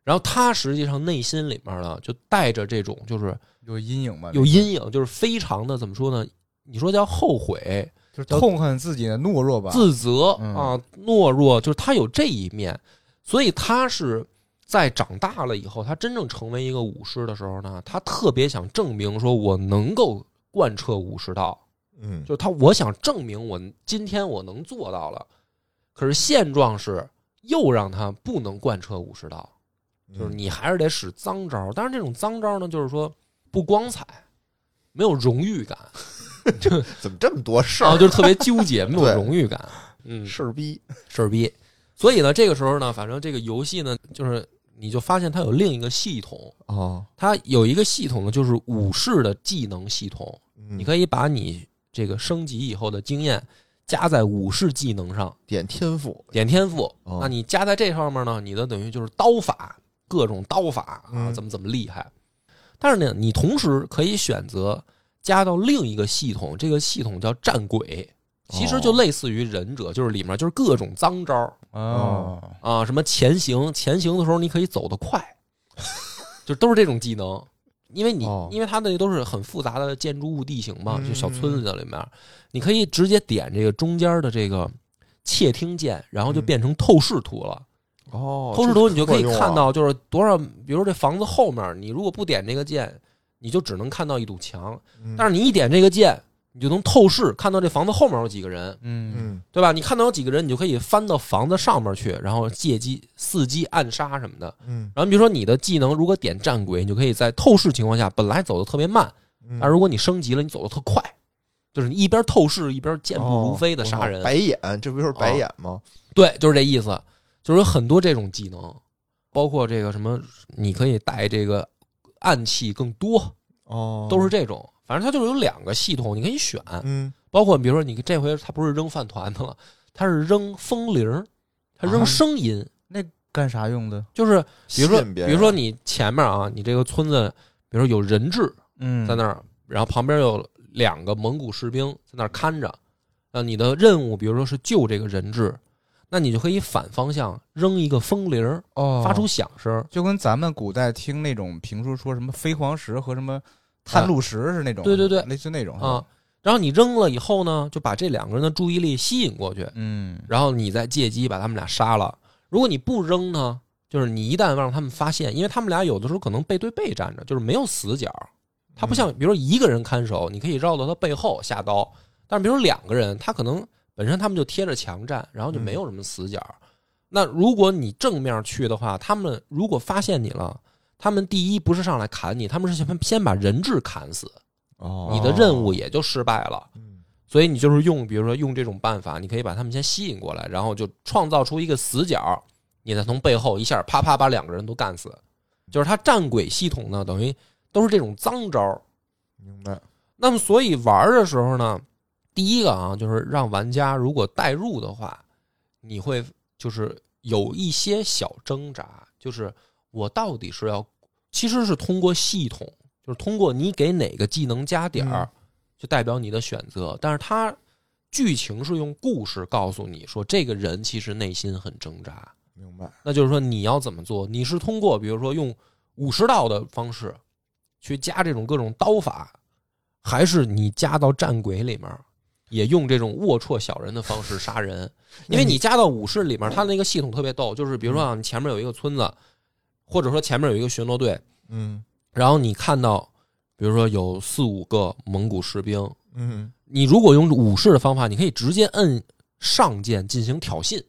[SPEAKER 1] 然后他实际上内心里面呢，就带着这种就是
[SPEAKER 3] 有阴影吧，
[SPEAKER 1] 有阴影，就是非常的怎么说呢？你说叫后悔、
[SPEAKER 3] 就是
[SPEAKER 1] 叫
[SPEAKER 3] 痛恨自己的懦弱吧，
[SPEAKER 1] 自责
[SPEAKER 3] 嗯
[SPEAKER 1] 啊、懦弱，就是他有这一面，所以他是在长大了以后，他真正成为一个武师的时候呢，他特别想证明说我能够贯彻武士道，
[SPEAKER 2] 嗯
[SPEAKER 1] 就是他我想证明我今天我能做到了，可是现状是又让他不能贯彻武士道。
[SPEAKER 2] 嗯
[SPEAKER 1] 就是你还是得使脏招儿。但是这种脏招儿呢，就是说不光彩，没有荣誉感，
[SPEAKER 2] 嗯怎么这么多事
[SPEAKER 1] 然后
[SPEAKER 2] 儿？
[SPEAKER 1] 就是特别纠结，没有
[SPEAKER 2] 对
[SPEAKER 1] 荣誉感，嗯，
[SPEAKER 2] 事儿逼，
[SPEAKER 1] 事儿逼。所以呢，这个时候呢，反正这个游戏呢，就是你就发现它有另一个系统，
[SPEAKER 2] 啊
[SPEAKER 3] 哦，
[SPEAKER 1] 它有一个系统呢，就是武士的技能系统，
[SPEAKER 2] 你
[SPEAKER 1] 你可以把你这个升级以后的经验加在武士技能上，
[SPEAKER 2] 点天赋，
[SPEAKER 1] 点天赋，
[SPEAKER 3] 哦
[SPEAKER 1] 那你加在这上面呢，你的等于就是刀法，各种刀法啊，
[SPEAKER 2] 嗯
[SPEAKER 1] 怎么怎么厉害。但是呢，你同时可以选择加到另一个系统，这个系统叫战鬼，其实就类似于忍者，就是里面就是各种脏招儿
[SPEAKER 3] 哦，
[SPEAKER 1] 啊，什么前行，前行的时候你可以走得快，就都是这种技能。因为你，
[SPEAKER 3] 哦
[SPEAKER 1] 因为它那都是很复杂的建筑物地形嘛，
[SPEAKER 2] 嗯
[SPEAKER 1] 就小村子里面，你可以直接点这个中间的这个窃听键，然后就
[SPEAKER 2] 嗯
[SPEAKER 1] 变成透视图了。
[SPEAKER 2] 哦
[SPEAKER 1] 透视图你就可以
[SPEAKER 2] 这个
[SPEAKER 1] 看
[SPEAKER 2] 用啊
[SPEAKER 1] 到，就是多少，比如这房子后面，你如果不点这个键，你就只能看到一堵墙；
[SPEAKER 2] 嗯
[SPEAKER 1] 但是你一点这个键，你就能透视看到这房子后面有几个人，
[SPEAKER 3] 嗯，
[SPEAKER 2] 嗯，
[SPEAKER 1] 对吧？你看到有几个人，你就可以翻到房子上面去，然后借机伺机暗杀什么的。
[SPEAKER 2] 嗯
[SPEAKER 1] 然后比如说你的技能如果点战鬼，你就可以在透视情况下，本来走的特别慢，
[SPEAKER 2] 嗯，
[SPEAKER 1] 但如果你升级了，你走的特快，就是你一边透视一边健步如飞的杀人
[SPEAKER 2] 哦我操。白眼，这不就是白眼吗？
[SPEAKER 1] 对，就是这意思，就是有很多这种技能，包括这个什么，你可以带这个暗器更多，
[SPEAKER 2] 哦
[SPEAKER 1] 都是这种。反正它就是有两个系统，你可以选。
[SPEAKER 2] 嗯，
[SPEAKER 1] 包括比如说，你这回它不是扔饭团的了，它是扔风铃儿，它扔
[SPEAKER 3] 啊
[SPEAKER 1] 声音，
[SPEAKER 3] 那干啥用的？
[SPEAKER 1] 就是比如说，
[SPEAKER 2] 吸引别
[SPEAKER 1] 比
[SPEAKER 2] 人
[SPEAKER 1] 如说你前面啊，你这个村子，比如说有人质
[SPEAKER 3] 嗯，
[SPEAKER 1] 在那儿，然后旁边有两个蒙古士兵在那儿看着，那你的任务比如说是救这个人质，那你就可以反方向扔一个风铃儿。
[SPEAKER 3] 哦，
[SPEAKER 1] 发出响声。
[SPEAKER 3] 就跟咱们古代听那种评书说什么飞黄石和什么探路石是那种，
[SPEAKER 1] 对对对
[SPEAKER 3] 类似那
[SPEAKER 2] 哦
[SPEAKER 3] 种
[SPEAKER 1] 啊，然后你扔了以后呢，就把这两个人的注意力吸引过去，
[SPEAKER 3] 嗯，
[SPEAKER 1] 然后你再借机把他们俩杀了。如果你不扔呢，就是你一旦让他们发现，因为他们俩有的时候可能背对背站着，就是没有死角。他不像，比如说一个人看守，你可以绕到他背后下刀，但是比如两个人，他可能本身他们就贴着墙站，然后就没有什么死角。那如果你正面去的话，他们如果发现你了，他们第一不是上来砍你，他们是先先把人质砍死，
[SPEAKER 2] 哦
[SPEAKER 1] 你的任务也就失败了。
[SPEAKER 2] 嗯
[SPEAKER 1] 所以你就是用，比如说用这种办法，你可以把他们先吸引过来，然后就创造出一个死角，你再从背后一下啪啪把两个人都干死。就是它战鬼系统呢，等于都是这种脏招儿。
[SPEAKER 2] 明白，
[SPEAKER 1] 那么所以玩的时候呢，第一个啊，就是让玩家如果代入的话，你会就是有一些小挣扎，就是我到底是要，其实是通过系统，就是通过你给哪个技能加点儿，就代表你的选择，但是它剧情是用故事告诉你说，这个人其实内心很挣扎，
[SPEAKER 2] 明白，
[SPEAKER 1] 那就是说你要怎么做？你是通过比如说用武士道的方式去加这种各种刀法，还是你加到战鬼里面，也用这种龌龊小人的方式杀人？因为你加到武士里面，它那个系统特别逗，就是比如说啊，你前面有一个村子，或者说前面有一个巡逻队，
[SPEAKER 2] 嗯
[SPEAKER 1] 然后你看到比如说有四五个蒙古士兵，
[SPEAKER 2] 嗯，
[SPEAKER 1] 你如果用武士的方法，你可以直接摁上键进行挑衅，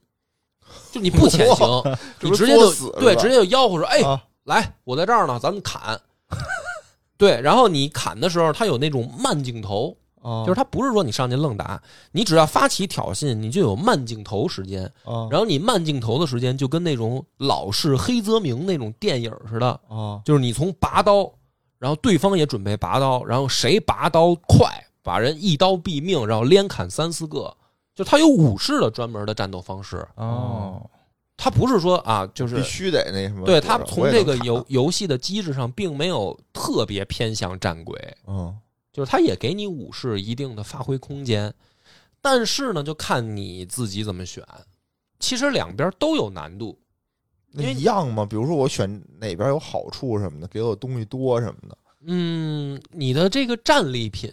[SPEAKER 1] 就你不潜 行，
[SPEAKER 2] 这
[SPEAKER 1] 你
[SPEAKER 2] 不
[SPEAKER 1] 直
[SPEAKER 2] 是
[SPEAKER 1] 接就
[SPEAKER 2] 作死
[SPEAKER 1] 对，
[SPEAKER 2] 是吧
[SPEAKER 1] 直接就吆喝说：“哎，
[SPEAKER 2] 啊
[SPEAKER 1] 来，我在这儿呢，咱们砍。” 对，然后你砍的时候，它有那种慢镜头，
[SPEAKER 2] 哦
[SPEAKER 1] 就是它不是说你上去愣打，你只要发起挑衅，你就有慢镜头时间，
[SPEAKER 2] 哦
[SPEAKER 1] 然后你慢镜头的时间就跟那种老式黑泽明那种电影似的，
[SPEAKER 2] 哦
[SPEAKER 1] 就是你从拔刀，然后对方也准备拔刀，然后谁拔刀快，把人一刀毙命，然后连砍三四个，就他有武士的专门的战斗方式。
[SPEAKER 3] 哦，
[SPEAKER 1] 他不是说啊，就是
[SPEAKER 2] 必须得那什么多
[SPEAKER 1] 对
[SPEAKER 2] 少。
[SPEAKER 1] 他从
[SPEAKER 2] 我也
[SPEAKER 1] 这
[SPEAKER 2] 能
[SPEAKER 1] 个
[SPEAKER 2] 看
[SPEAKER 1] 游，游戏的机制上，并没有特别偏向战鬼，
[SPEAKER 2] 嗯，
[SPEAKER 1] 就是他也给你武士一定的发挥空间，但是呢，就看你自己怎么选。其实两边都有难度，
[SPEAKER 2] 那
[SPEAKER 1] 因为
[SPEAKER 2] 一样吗？比如说我选哪边有好处什么的，给我东西多什么的，
[SPEAKER 1] 嗯，你的这个战利品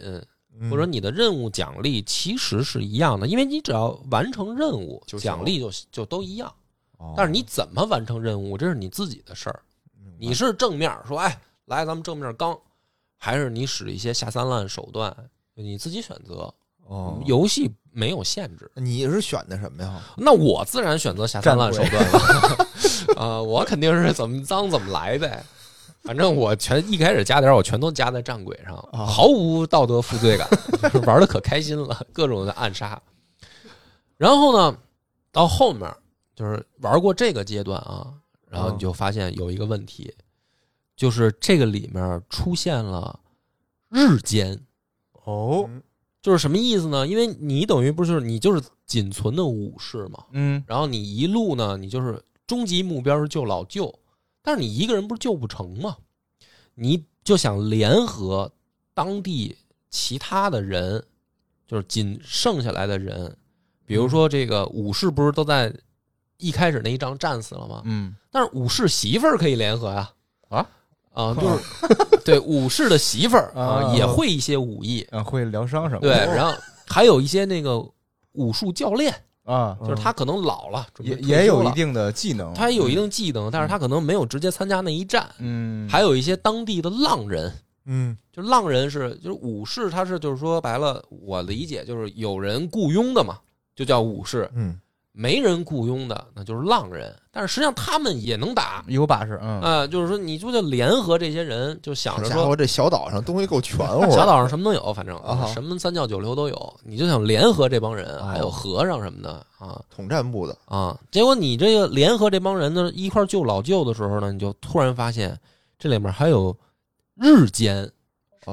[SPEAKER 2] 嗯
[SPEAKER 1] 或者你的任务奖励其实是一样的，因为你只要完成任务，
[SPEAKER 2] 就行了
[SPEAKER 1] 奖励就就都一样。
[SPEAKER 3] 哦
[SPEAKER 1] 但是你怎么完成任务，这是你自己的事儿。你是正面说，哎，来咱们正面刚，还是你使一些下三滥手段，你自己选择。
[SPEAKER 2] 哦，
[SPEAKER 1] 游戏没有限制，
[SPEAKER 2] 你是选的什么呀？
[SPEAKER 1] 那我自然选择下三滥手段了。啊、我肯定是怎么脏怎么来呗。反正我全一开始加点儿，我全都加在战轨上，
[SPEAKER 2] 啊
[SPEAKER 1] 毫无道德负罪感，就是玩的可开心了，各种的暗杀。然后呢，到后面就是玩过这个阶段啊，然后你就发现有一个问题，就是这个里面出现了日间，
[SPEAKER 3] 哦，
[SPEAKER 2] 嗯
[SPEAKER 1] 就是什么意思呢？因为你等于不是你就是仅存的武士嘛，
[SPEAKER 3] 嗯，
[SPEAKER 1] 然后你一路呢，你就是终极目标是救老舅，但是你一个人不是救不成吗？你就想联合当地其他的人，就是仅剩下来的人，比如说这个武士不是都在一开始那一仗战死了吗？
[SPEAKER 3] 嗯，
[SPEAKER 1] 但是武士媳妇儿可以联合呀、啊，
[SPEAKER 3] 啊
[SPEAKER 1] 就是对武士的媳妇儿啊、
[SPEAKER 3] 啊
[SPEAKER 1] 也会一些武艺，
[SPEAKER 3] 嗯，会疗伤什么
[SPEAKER 1] 对，
[SPEAKER 3] 的，
[SPEAKER 1] 然后还有一些那个武术教练，
[SPEAKER 3] 啊，
[SPEAKER 1] 就是他可能老了，准备
[SPEAKER 3] 也
[SPEAKER 1] 退休
[SPEAKER 3] 也有
[SPEAKER 1] 了
[SPEAKER 3] 一定的技能，
[SPEAKER 1] 他也有一定技能，但是他可能没有直接参加那一战。
[SPEAKER 3] 嗯，
[SPEAKER 1] 还有一些当地的浪人，
[SPEAKER 2] 嗯
[SPEAKER 1] 就浪人是就是武士，他是就是说白了，我理解就是有人雇佣的嘛，就叫武士；
[SPEAKER 2] 嗯，
[SPEAKER 1] 没人雇佣的那就是浪人。但是实际上他们也能打
[SPEAKER 3] 有把式，
[SPEAKER 1] 啊、
[SPEAKER 3] 嗯，
[SPEAKER 1] 就是说你就得联合这些人，就想
[SPEAKER 2] 好
[SPEAKER 1] 着
[SPEAKER 2] 家
[SPEAKER 1] 说哎
[SPEAKER 2] 伙，这小岛上东西够全乎的。
[SPEAKER 1] 小岛上什么都有，反正
[SPEAKER 2] 啊好
[SPEAKER 1] 什么三教九流都有，你就想联合这帮人，
[SPEAKER 2] 哦
[SPEAKER 1] 还有和尚什么的啊。
[SPEAKER 2] 统战部的，
[SPEAKER 1] 啊，结果你这个联合这帮人呢一块儿救老舅的时候呢，你就突然发现这里面还有日奸，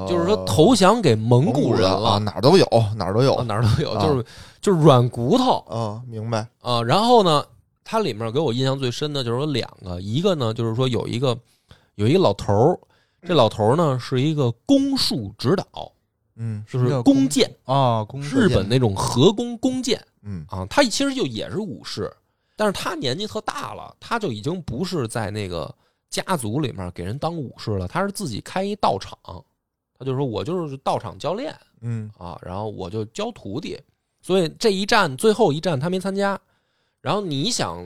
[SPEAKER 1] 就是说投降给蒙
[SPEAKER 2] 呃蒙
[SPEAKER 1] 古
[SPEAKER 2] 古
[SPEAKER 1] 人
[SPEAKER 2] 啊
[SPEAKER 1] 了，
[SPEAKER 2] 哪儿都有，哪儿都有
[SPEAKER 1] 啊哪儿都有，
[SPEAKER 2] 啊
[SPEAKER 1] 就是就是软骨头
[SPEAKER 2] 啊，明白？
[SPEAKER 1] 啊。然后呢，它里面给我印象最深的就是有两个，一个呢就是说有一个有一个老头儿，这老头儿呢是一个弓术指导，
[SPEAKER 2] 嗯
[SPEAKER 1] 就
[SPEAKER 3] 什么
[SPEAKER 1] 是
[SPEAKER 3] 叫
[SPEAKER 1] 弓
[SPEAKER 3] 弓
[SPEAKER 1] 箭，
[SPEAKER 3] 哦，弓
[SPEAKER 1] 日本那种和弓弓箭。
[SPEAKER 2] 嗯
[SPEAKER 1] 啊，他其实就也是武士，但是他年纪特大了，他就已经不是在那个家族里面给人当武士了，他是自己开一道场，他就说我就是道场教练
[SPEAKER 2] 嗯
[SPEAKER 1] 啊，然后我就教徒弟，所以这一战最后一战他没参加，然后你想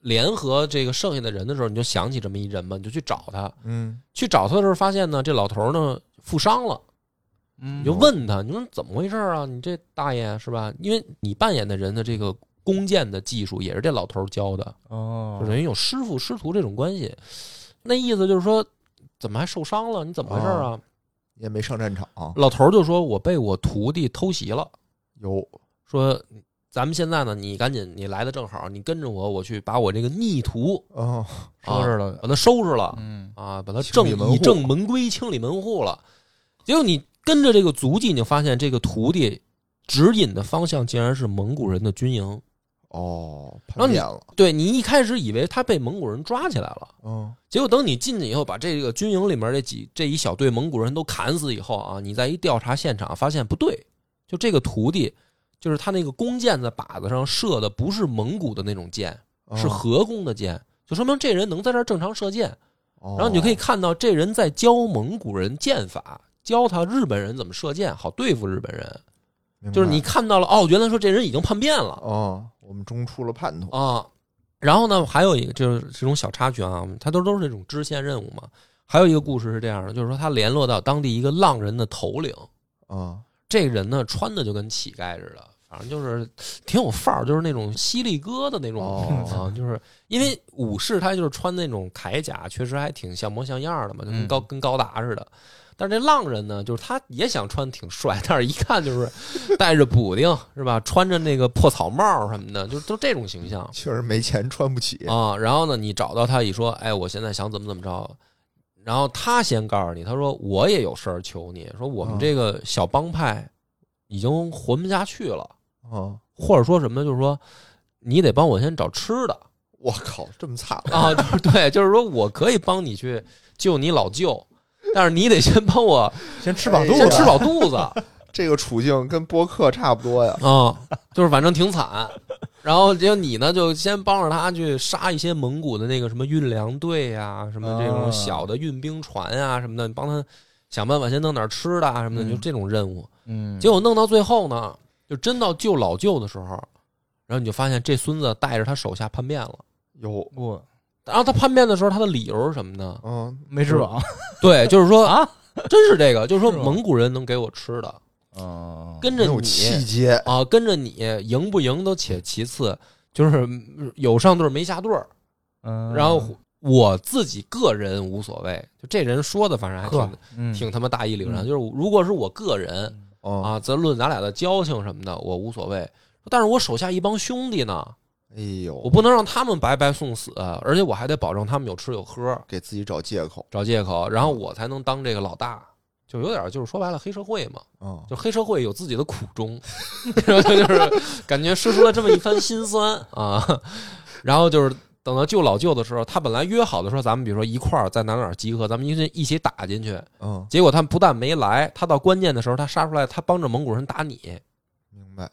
[SPEAKER 1] 联合这个剩下的人的时候，你就想起这么一人嘛，你就去找他，
[SPEAKER 2] 嗯
[SPEAKER 1] 去找他的时候发现呢，这老头呢负伤了。
[SPEAKER 3] 你
[SPEAKER 1] 你就问他，你说怎么回事儿啊？你这大爷是吧？因为你扮演的人的这个弓箭的技术也是这老头儿教的，
[SPEAKER 3] 哦
[SPEAKER 1] 就，等于有师傅师徒这种关系。那意思就是说，怎么还受伤了？你怎么回事儿啊？
[SPEAKER 2] 也没上战场，啊
[SPEAKER 1] 老头儿就说：“我被我徒弟偷袭了。
[SPEAKER 2] 有”
[SPEAKER 1] 说咱们现在呢，你赶紧，你来的正好，你跟着我，我去把我这个逆徒
[SPEAKER 2] 啊，
[SPEAKER 3] 收拾了，
[SPEAKER 1] 把他收拾了
[SPEAKER 3] 嗯，
[SPEAKER 1] 啊，把他
[SPEAKER 2] 清
[SPEAKER 1] 正
[SPEAKER 2] 理门户
[SPEAKER 1] 以正门规清理门户了。结果你跟着这个足迹，你就发现这个徒弟指引的方向竟然是蒙古人的军营。
[SPEAKER 2] 哦，
[SPEAKER 1] 然后
[SPEAKER 2] 叛
[SPEAKER 1] 你
[SPEAKER 2] 变了，
[SPEAKER 1] 对你一开始以为他被蒙古人抓起来了，
[SPEAKER 2] 嗯
[SPEAKER 1] 结果等你进去以后，把这个军营里面这几这一小队蒙古人都砍死以后啊，你再一调查现场，发现不对，就这个徒弟，就是他那个弓箭在靶子上射的不是蒙古的那种箭，是
[SPEAKER 2] 嗯
[SPEAKER 1] 合弓的箭，就说明这人能在这儿正常射箭。
[SPEAKER 2] 哦
[SPEAKER 1] 然后你就可以看到这人在教蒙古人剑法，教他日本人怎么射箭，好对付日本人。
[SPEAKER 2] 明白
[SPEAKER 1] 就是你看到了哦，原来说这人已经叛变了
[SPEAKER 2] 哦，我们中出了叛徒，
[SPEAKER 1] 啊。然后呢，还有一个就是这种小插曲啊，他都都是这种支线任务嘛。还有一个故事是这样的，就是说他联络到当地一个浪人的头领，
[SPEAKER 2] 啊，
[SPEAKER 1] 这个人呢穿的就跟乞丐似的，反正就是挺有范儿，就是那种犀利哥的那种、
[SPEAKER 2] 哦
[SPEAKER 1] 啊，就是因为武士他就是穿那种铠甲，确实还挺像模像样儿的嘛，就跟
[SPEAKER 3] 嗯
[SPEAKER 1] 高、跟高达似的。但是这浪人呢，就是他也想穿挺帅，但是一看就是戴着补丁是吧，穿着那个破草帽儿什么的，就都这种形象
[SPEAKER 2] 确实没钱穿不起，
[SPEAKER 1] 啊。然后呢，你找到他一说，哎，我现在想怎么怎么着。然后他先告诉你，他说我也有事儿求你，说我
[SPEAKER 3] 啊
[SPEAKER 1] 们
[SPEAKER 2] 嗯
[SPEAKER 1] 这个小帮派已经混不下去了，
[SPEAKER 2] 啊，
[SPEAKER 1] 或者说什么，就是说你得帮我先找吃的，
[SPEAKER 2] 我靠，这么惨了！
[SPEAKER 1] 啊，就是对，就是说我可以帮你去救你老舅，但是你得先帮我
[SPEAKER 3] 先吃饱肚
[SPEAKER 2] 哎
[SPEAKER 1] 先
[SPEAKER 3] 子，
[SPEAKER 1] 吃饱肚子啊、
[SPEAKER 2] 这个处境跟播客差不多呀。
[SPEAKER 1] 就是反正挺惨。然后就你呢，就先帮着他去杀一些蒙古的那个什么运粮队呀、什么这种
[SPEAKER 3] 啊
[SPEAKER 1] 小的运兵船啊什么的，你帮他想办法先弄点吃的啊什么的，
[SPEAKER 3] 嗯
[SPEAKER 1] 就这种任务。
[SPEAKER 3] 嗯，
[SPEAKER 1] 结果弄到最后呢，就真到救老舅的时候，然后你就发现这孙子带着他手下叛变了。
[SPEAKER 2] 有，
[SPEAKER 3] 我
[SPEAKER 1] 然后他叛变的时候，他的理由是什么呢？
[SPEAKER 2] 嗯，
[SPEAKER 3] 没吃饱，
[SPEAKER 1] 对，就是说
[SPEAKER 3] 啊，
[SPEAKER 1] 真是这个，就是说
[SPEAKER 3] 是吗
[SPEAKER 1] 蒙古人能给我吃的，
[SPEAKER 3] 嗯，
[SPEAKER 1] 跟
[SPEAKER 2] 没
[SPEAKER 1] 着
[SPEAKER 2] 有
[SPEAKER 1] 你
[SPEAKER 2] 细节，
[SPEAKER 1] 啊，跟着你赢不赢都且其次，就是嗯有上对儿没下对儿。
[SPEAKER 3] 嗯，
[SPEAKER 1] 然后我自己个人无所谓，就这人说的，反正还
[SPEAKER 3] 呵
[SPEAKER 1] 挺，
[SPEAKER 3] 嗯
[SPEAKER 1] 挺他妈大义凛然。
[SPEAKER 3] 嗯哦
[SPEAKER 1] 就是如果是我个人
[SPEAKER 2] 啊，
[SPEAKER 1] 啊，咱论咱俩的交情什么的，我无所谓。但是我手下一帮兄弟
[SPEAKER 3] 哦
[SPEAKER 1] 呢，
[SPEAKER 2] 哎呦，
[SPEAKER 1] 我不能让他们白白送死，而且我还得保证他们有吃有喝，
[SPEAKER 2] 给自己找借口，
[SPEAKER 1] 找借口，然后我才能当这个老大。就有点就是说白了黑社会嘛，
[SPEAKER 2] 嗯，
[SPEAKER 1] 就黑社会有自己的苦衷， 然后就是感觉说出了这么一番心酸啊。然后就是等到救老舅的时候，他本来约好的说咱们比如说一块儿在哪哪儿集合，咱们一起一起打进去。
[SPEAKER 2] 嗯，
[SPEAKER 1] 结果他不但没来，他到关键的时候他杀出来，他帮着蒙古人打你，
[SPEAKER 2] 明白，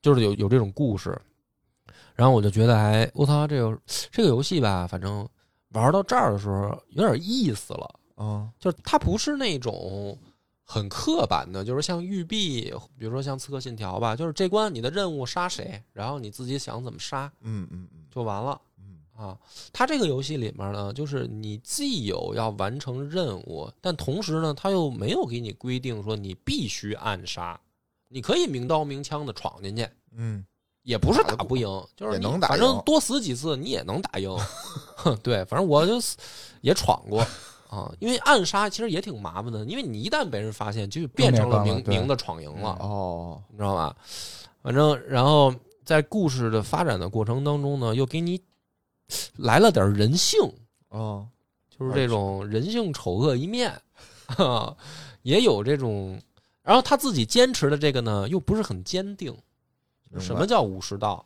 [SPEAKER 1] 就是有有这种故事。然后我就觉得哎，我操，这个这个游戏吧，反正玩到这儿的时候有点意思了。
[SPEAKER 2] 嗯，
[SPEAKER 1] 就是它不是那种很刻板的，就是像育碧，比如说像刺客信条吧，就是这关你的任务杀谁，然后你自己想怎么杀
[SPEAKER 2] 嗯嗯嗯
[SPEAKER 1] 就完了
[SPEAKER 2] 嗯，
[SPEAKER 1] 啊。它这个游戏里面呢，就是你既有要完成任务，但同时呢，它又没有给你规定说你必须暗杀，你可以明刀明枪的闯进去。
[SPEAKER 2] 嗯，
[SPEAKER 1] 也不是打
[SPEAKER 2] 打得
[SPEAKER 1] 不赢，就是
[SPEAKER 2] 也
[SPEAKER 1] 你
[SPEAKER 2] 能打
[SPEAKER 1] 反正
[SPEAKER 2] 赢
[SPEAKER 1] 多死几次你也能打赢。 哼对，反正我就死也闯过啊，因为暗杀其实也挺麻烦的，因为你一旦被人发现，就变成了
[SPEAKER 3] 更
[SPEAKER 1] 明
[SPEAKER 3] 变更了对
[SPEAKER 1] 明的闯赢了，
[SPEAKER 2] 哦，
[SPEAKER 1] 你知道吧？反正然后在故事的发展的过程当中呢，又给你来了点人性，
[SPEAKER 2] 哦，
[SPEAKER 1] 就是这种人性丑恶一面， 啊，也有这种。然后他自己坚持的这个呢，又不是很坚定。
[SPEAKER 2] 明白
[SPEAKER 1] 什么？叫武士道？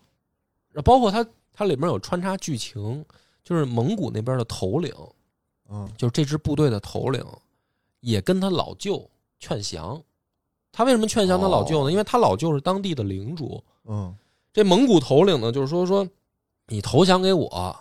[SPEAKER 1] 包括它它里面有穿插剧情，就是蒙古那边的头领，
[SPEAKER 2] 嗯，
[SPEAKER 1] 就是这支部队的头领，也跟他老舅劝降。他为什么劝降他老舅呢？
[SPEAKER 2] 哦
[SPEAKER 1] 因为他老舅是当地的领主。
[SPEAKER 2] 嗯，
[SPEAKER 1] 这蒙古头领呢，就是说说你投降给我，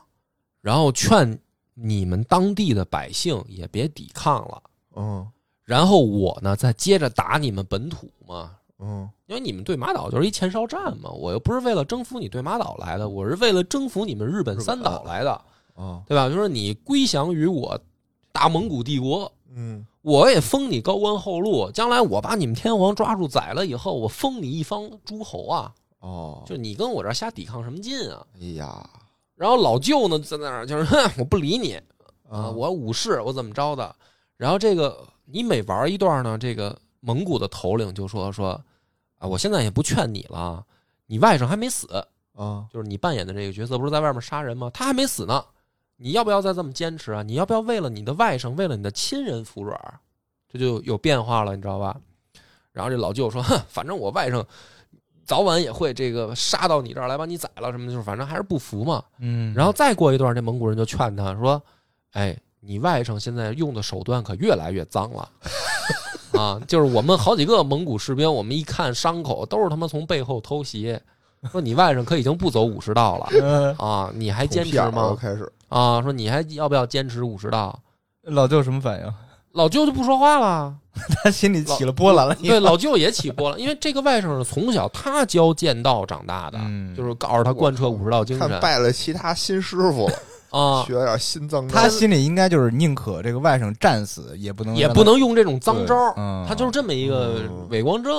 [SPEAKER 1] 然后劝你们当地的百姓也别抵抗了，
[SPEAKER 2] 嗯，
[SPEAKER 1] 然后我呢再接着打你们本土嘛，
[SPEAKER 2] 嗯，
[SPEAKER 1] 因为你们对马岛就是一前哨战嘛，我又不是为了征服你对马岛来的，我是为了征服你们日本三岛来的，
[SPEAKER 2] 啊，
[SPEAKER 1] 对吧？就是你归降于我大蒙古帝国，
[SPEAKER 2] 嗯，
[SPEAKER 1] 我也封你高官厚禄，将来我把你们天皇抓住宰了以后，我封你一方诸侯啊！
[SPEAKER 2] 哦，
[SPEAKER 1] 就你跟我这儿瞎抵抗什么劲啊？
[SPEAKER 2] 哎呀，
[SPEAKER 1] 然后老舅呢，在那儿就是哼，我不理你啊，
[SPEAKER 2] 嗯
[SPEAKER 1] 我武士，我怎么着的？然后这个你每玩一段呢，这个蒙古的头领就说说啊，我现在也不劝你了，啊你外甥还没死，
[SPEAKER 2] 啊，
[SPEAKER 1] 就是你扮演的这个角色不是在外面杀人吗？他还没死呢，你要不要再这么坚持啊？你要不要为了你的外甥，为了你的亲人服软儿？这就有变化了，你知道吧？然后这老舅说，哼，反正我外甥早晚也会这个杀到你这儿来把你宰了什么的，就是反正还是不服嘛。
[SPEAKER 3] 嗯，
[SPEAKER 1] 然后再过一段，这蒙古人就劝他说：“哎，你外甥现在用的手段可越来越脏了。”啊，就是我们好几个蒙古士兵，我们一看伤口都是他妈从背后偷袭，说你外甥可已经不走武士道了
[SPEAKER 3] 呃，
[SPEAKER 1] 啊，你还坚持
[SPEAKER 2] 从屁眼儿
[SPEAKER 1] 吗？
[SPEAKER 2] 开始，
[SPEAKER 1] 啊，说你还要不要坚持武士道？
[SPEAKER 3] 老舅什么反应？
[SPEAKER 1] 老舅就不说话了，
[SPEAKER 3] 他心里起了波澜了，
[SPEAKER 1] 对，老舅也起波了，因为这个外甥是从小他教剑道长大的，
[SPEAKER 3] 嗯
[SPEAKER 1] 就是告诉他贯彻武士道精
[SPEAKER 2] 看
[SPEAKER 1] 神
[SPEAKER 2] 拜了其他新师傅了，
[SPEAKER 1] 啊，
[SPEAKER 2] 学点新脏招
[SPEAKER 3] 他心里应该就是宁可这个外甥战死，也不能
[SPEAKER 1] 也
[SPEAKER 3] 让
[SPEAKER 1] 不
[SPEAKER 3] 他
[SPEAKER 1] 能用这种脏招儿
[SPEAKER 3] 对嗯
[SPEAKER 1] 他就是这么一个
[SPEAKER 2] 嗯
[SPEAKER 1] 伪光正，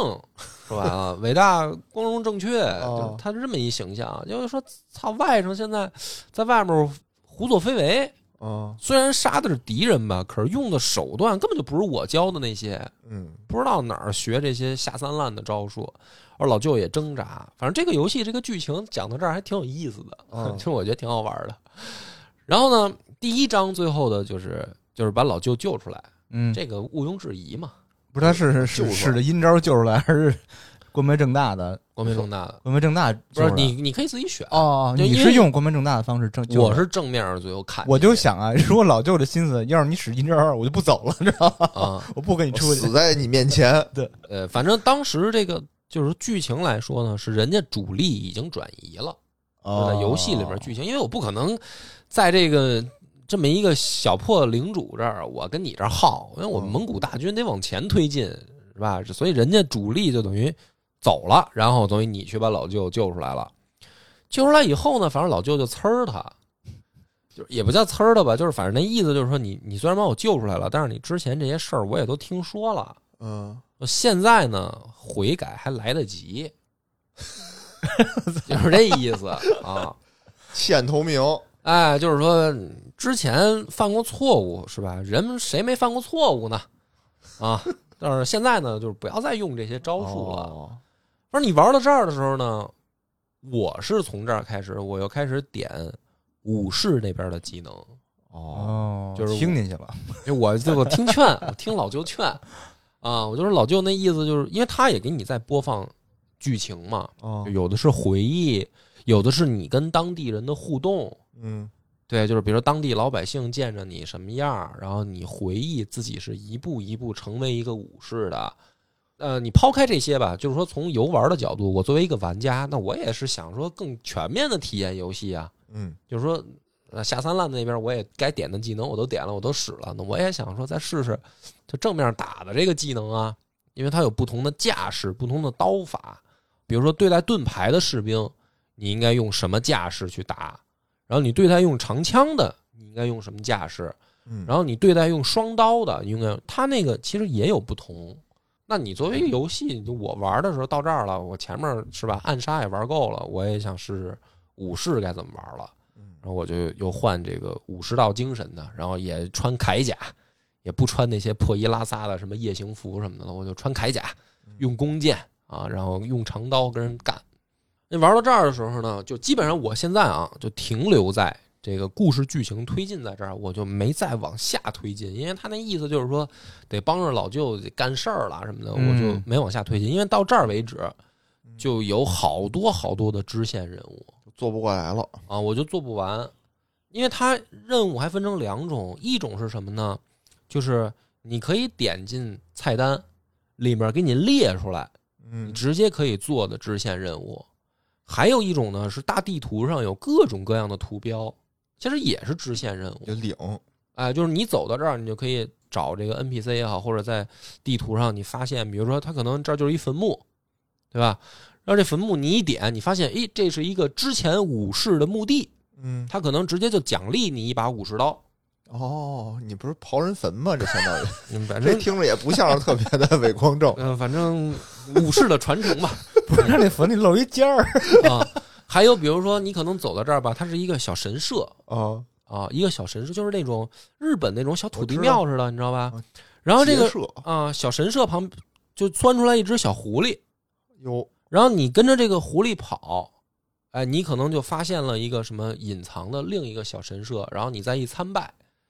[SPEAKER 1] 说白了，伟大、光荣、正确，
[SPEAKER 2] 哦
[SPEAKER 1] 就是他是这么一形象。就是说，操，外甥现在在外面胡作非为，
[SPEAKER 2] 啊，
[SPEAKER 1] 虽然杀的是敌人吧，可是用的手段根本就不是我教的那些，
[SPEAKER 2] 嗯，
[SPEAKER 1] 不知道哪儿学这些下三滥的招数。而老舅也挣扎，反正这个游戏这个剧情讲到这儿还挺有意思的，
[SPEAKER 2] 嗯
[SPEAKER 1] 其实我觉得挺好玩的。然后呢，第一章最后的就是就是把老舅救出来，
[SPEAKER 3] 嗯，
[SPEAKER 1] 这个毋庸置疑嘛。
[SPEAKER 3] 不是他是
[SPEAKER 2] 救
[SPEAKER 3] 是
[SPEAKER 2] 出来
[SPEAKER 3] 使的阴招救出来，还是光明正大的，
[SPEAKER 1] 光明正大的，
[SPEAKER 3] 光明正大
[SPEAKER 1] 不是
[SPEAKER 3] 就是啊
[SPEAKER 1] 你，你可以自己选。
[SPEAKER 3] 哦，
[SPEAKER 1] 就
[SPEAKER 3] 你
[SPEAKER 1] 因为
[SPEAKER 3] 是用光明正大的方式正，
[SPEAKER 1] 我是正面儿最后砍你，
[SPEAKER 3] 我就想啊，如果老舅的心思，要是你使阴招儿，我就不走了，知道吗？
[SPEAKER 1] 啊，
[SPEAKER 3] 我不跟你
[SPEAKER 2] 我
[SPEAKER 3] 出去
[SPEAKER 2] 死在你 面前，
[SPEAKER 1] 呃，反正当时这个就是剧情来说呢，是人家主力已经转移了，就
[SPEAKER 3] 哦
[SPEAKER 1] 在游戏里边剧情，因为我不可能在这个这么一个小破领主这儿，我跟你这儿耗，因为我们蒙古大军得往前推进，是吧？所以人家主力就等于走了，然后等于你去把老舅救出来了。救出来以后呢，反正老舅就呲儿他，就也不叫呲儿他吧，就是反正那意思就是说你，你虽然把我救出来了，但是你之前这些事儿我也都听说了，
[SPEAKER 2] 嗯，
[SPEAKER 1] 现在呢，悔改还来得及， 就是这意思啊。
[SPEAKER 2] 欠投名，
[SPEAKER 1] 哎，就是说之前犯过错误是吧？人们谁没犯过错误呢？啊， 但是现在呢，就是不要再用这些招数了。
[SPEAKER 2] 哦
[SPEAKER 1] 而你玩到这儿的时候呢，我是从这儿开始，我又开始点武士那边的技能，
[SPEAKER 2] 哦，
[SPEAKER 3] 哦，
[SPEAKER 1] 就是我
[SPEAKER 3] 听进去了，
[SPEAKER 1] 因为我这个听 劝，我听老舅劝啊，我就是老舅那意思，就是因为他也给你在播放剧情嘛，
[SPEAKER 2] 哦
[SPEAKER 1] 有的是回忆，有的是你跟当地人的互动。
[SPEAKER 2] 嗯，
[SPEAKER 1] 对，就是比如当地老百姓见着你什么样儿，然后你回忆自己是一步一步成为一个武士的。呃，你抛开这些吧，就是说从游玩的角度，我作为一个玩家，那我也是想说更全面的体验游戏啊。
[SPEAKER 2] 嗯，
[SPEAKER 1] 就是说，呃，下三滥那边我也该点的技能我都点了，我都使了，那我也想说再试试，就正面打的这个技能啊，因为它有不同的架势、不同的刀法，比如说对待盾牌的士兵，你应该用什么架势去打，然后你对待用长枪的，你应该用什么架势，
[SPEAKER 2] 嗯，
[SPEAKER 1] 然后你对待用双刀的，你应该它那个其实也有不同。那你作为一个游戏，你就我玩的时候到这儿了，我前面是吧，暗杀也玩够了，我也想试试武士该怎么玩了。
[SPEAKER 2] 嗯
[SPEAKER 1] 然后我就又换这个武士道精神的，然后也穿铠甲，也不穿那些破衣拉撒的什么夜行服什么的了，我就穿铠甲，用弓箭啊，然后用长刀跟人干。那玩到这儿的时候呢，就基本上我现在啊，就停留在这个故事剧情推进在这儿，我就没再往下推进，因为他那意思就是说得帮着老舅干事儿啦什么的，我就
[SPEAKER 3] 嗯
[SPEAKER 1] 没往下推进，因为到这儿为止就有好多好多的支线任务。
[SPEAKER 2] 嗯做不过来了，
[SPEAKER 1] 啊，我就做不完，因为它任务还分成两种，一种是什么呢？就是你可以点进菜单里面给你列出来，你
[SPEAKER 2] 嗯，
[SPEAKER 1] 直接可以做的支线任务；还有一种呢是大地图上有各种各样的图标，其实也是支线任务
[SPEAKER 2] 有。领，
[SPEAKER 1] 哎，就是你走到这儿，你就可以找这个 NPC 也好，或者在地图上你发现，比如说它可能这儿就是一坟墓，对吧？然后这坟墓你一点，你发现，诶，这是一个之前武士的墓地。
[SPEAKER 2] 嗯，
[SPEAKER 1] 他可能直接就奖励你一把武士刀。
[SPEAKER 2] 哦，你不是刨人坟吗？这相当于，
[SPEAKER 1] 嗯，反
[SPEAKER 2] 这
[SPEAKER 1] 正
[SPEAKER 2] 听着也不像是特别的伪光 正，
[SPEAKER 1] 嗯、反正武士的传承吧
[SPEAKER 3] 不是那坟里露一尖儿，
[SPEAKER 1] 啊。还有比如说，你可能走到这儿吧，它是一个小神社
[SPEAKER 2] 啊，
[SPEAKER 1] 啊，一个小神社就是那种日本那种小土地
[SPEAKER 2] 我知道
[SPEAKER 1] 庙似的，你知道吧
[SPEAKER 2] 啊？
[SPEAKER 1] 然后这个
[SPEAKER 2] 结社
[SPEAKER 1] 啊，小神社旁就钻出来一只小狐狸，
[SPEAKER 2] 有，
[SPEAKER 1] 然后你跟着这个狐狸跑，哎，你可能就发现了一个什么隐藏的另一个小神社，然后你再一参拜，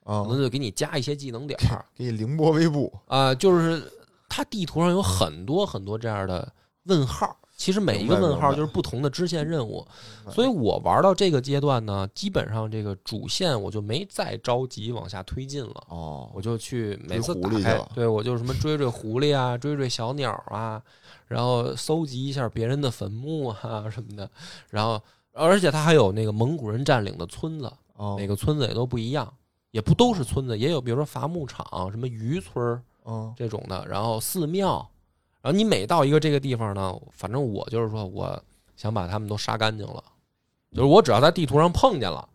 [SPEAKER 2] 啊
[SPEAKER 1] 可，能就给你加一些技能点 儿。
[SPEAKER 2] 给你凌波微步，
[SPEAKER 1] 啊、就是它地图上有很多很多这样的问号，其实每一个问
[SPEAKER 2] 明白明
[SPEAKER 1] 号
[SPEAKER 2] 白
[SPEAKER 1] 就是不同的支线任务，
[SPEAKER 2] 白
[SPEAKER 1] 所以我玩到这个阶段呢，基本上这个主线我就没再着急往下推进了。
[SPEAKER 2] 哦，
[SPEAKER 1] 我就去每次
[SPEAKER 2] 追
[SPEAKER 1] 打
[SPEAKER 2] 狐狸去
[SPEAKER 1] 开
[SPEAKER 2] 了，
[SPEAKER 1] 对我就什么追追狐狸啊，追追小鸟啊，然后搜集一下别人的坟墓啊什么的，然后而且它还有那个蒙古人占领的村子，
[SPEAKER 2] 哦
[SPEAKER 1] 每，个村子也都不一样，也不都是村子，也有比如说伐木场、什么渔村儿
[SPEAKER 2] 嗯，
[SPEAKER 1] 这种的，然后寺庙，然后你每到一个这个地方呢，反正我就是说，我想把他们都杀干净了，就是我只要在地图上碰见了，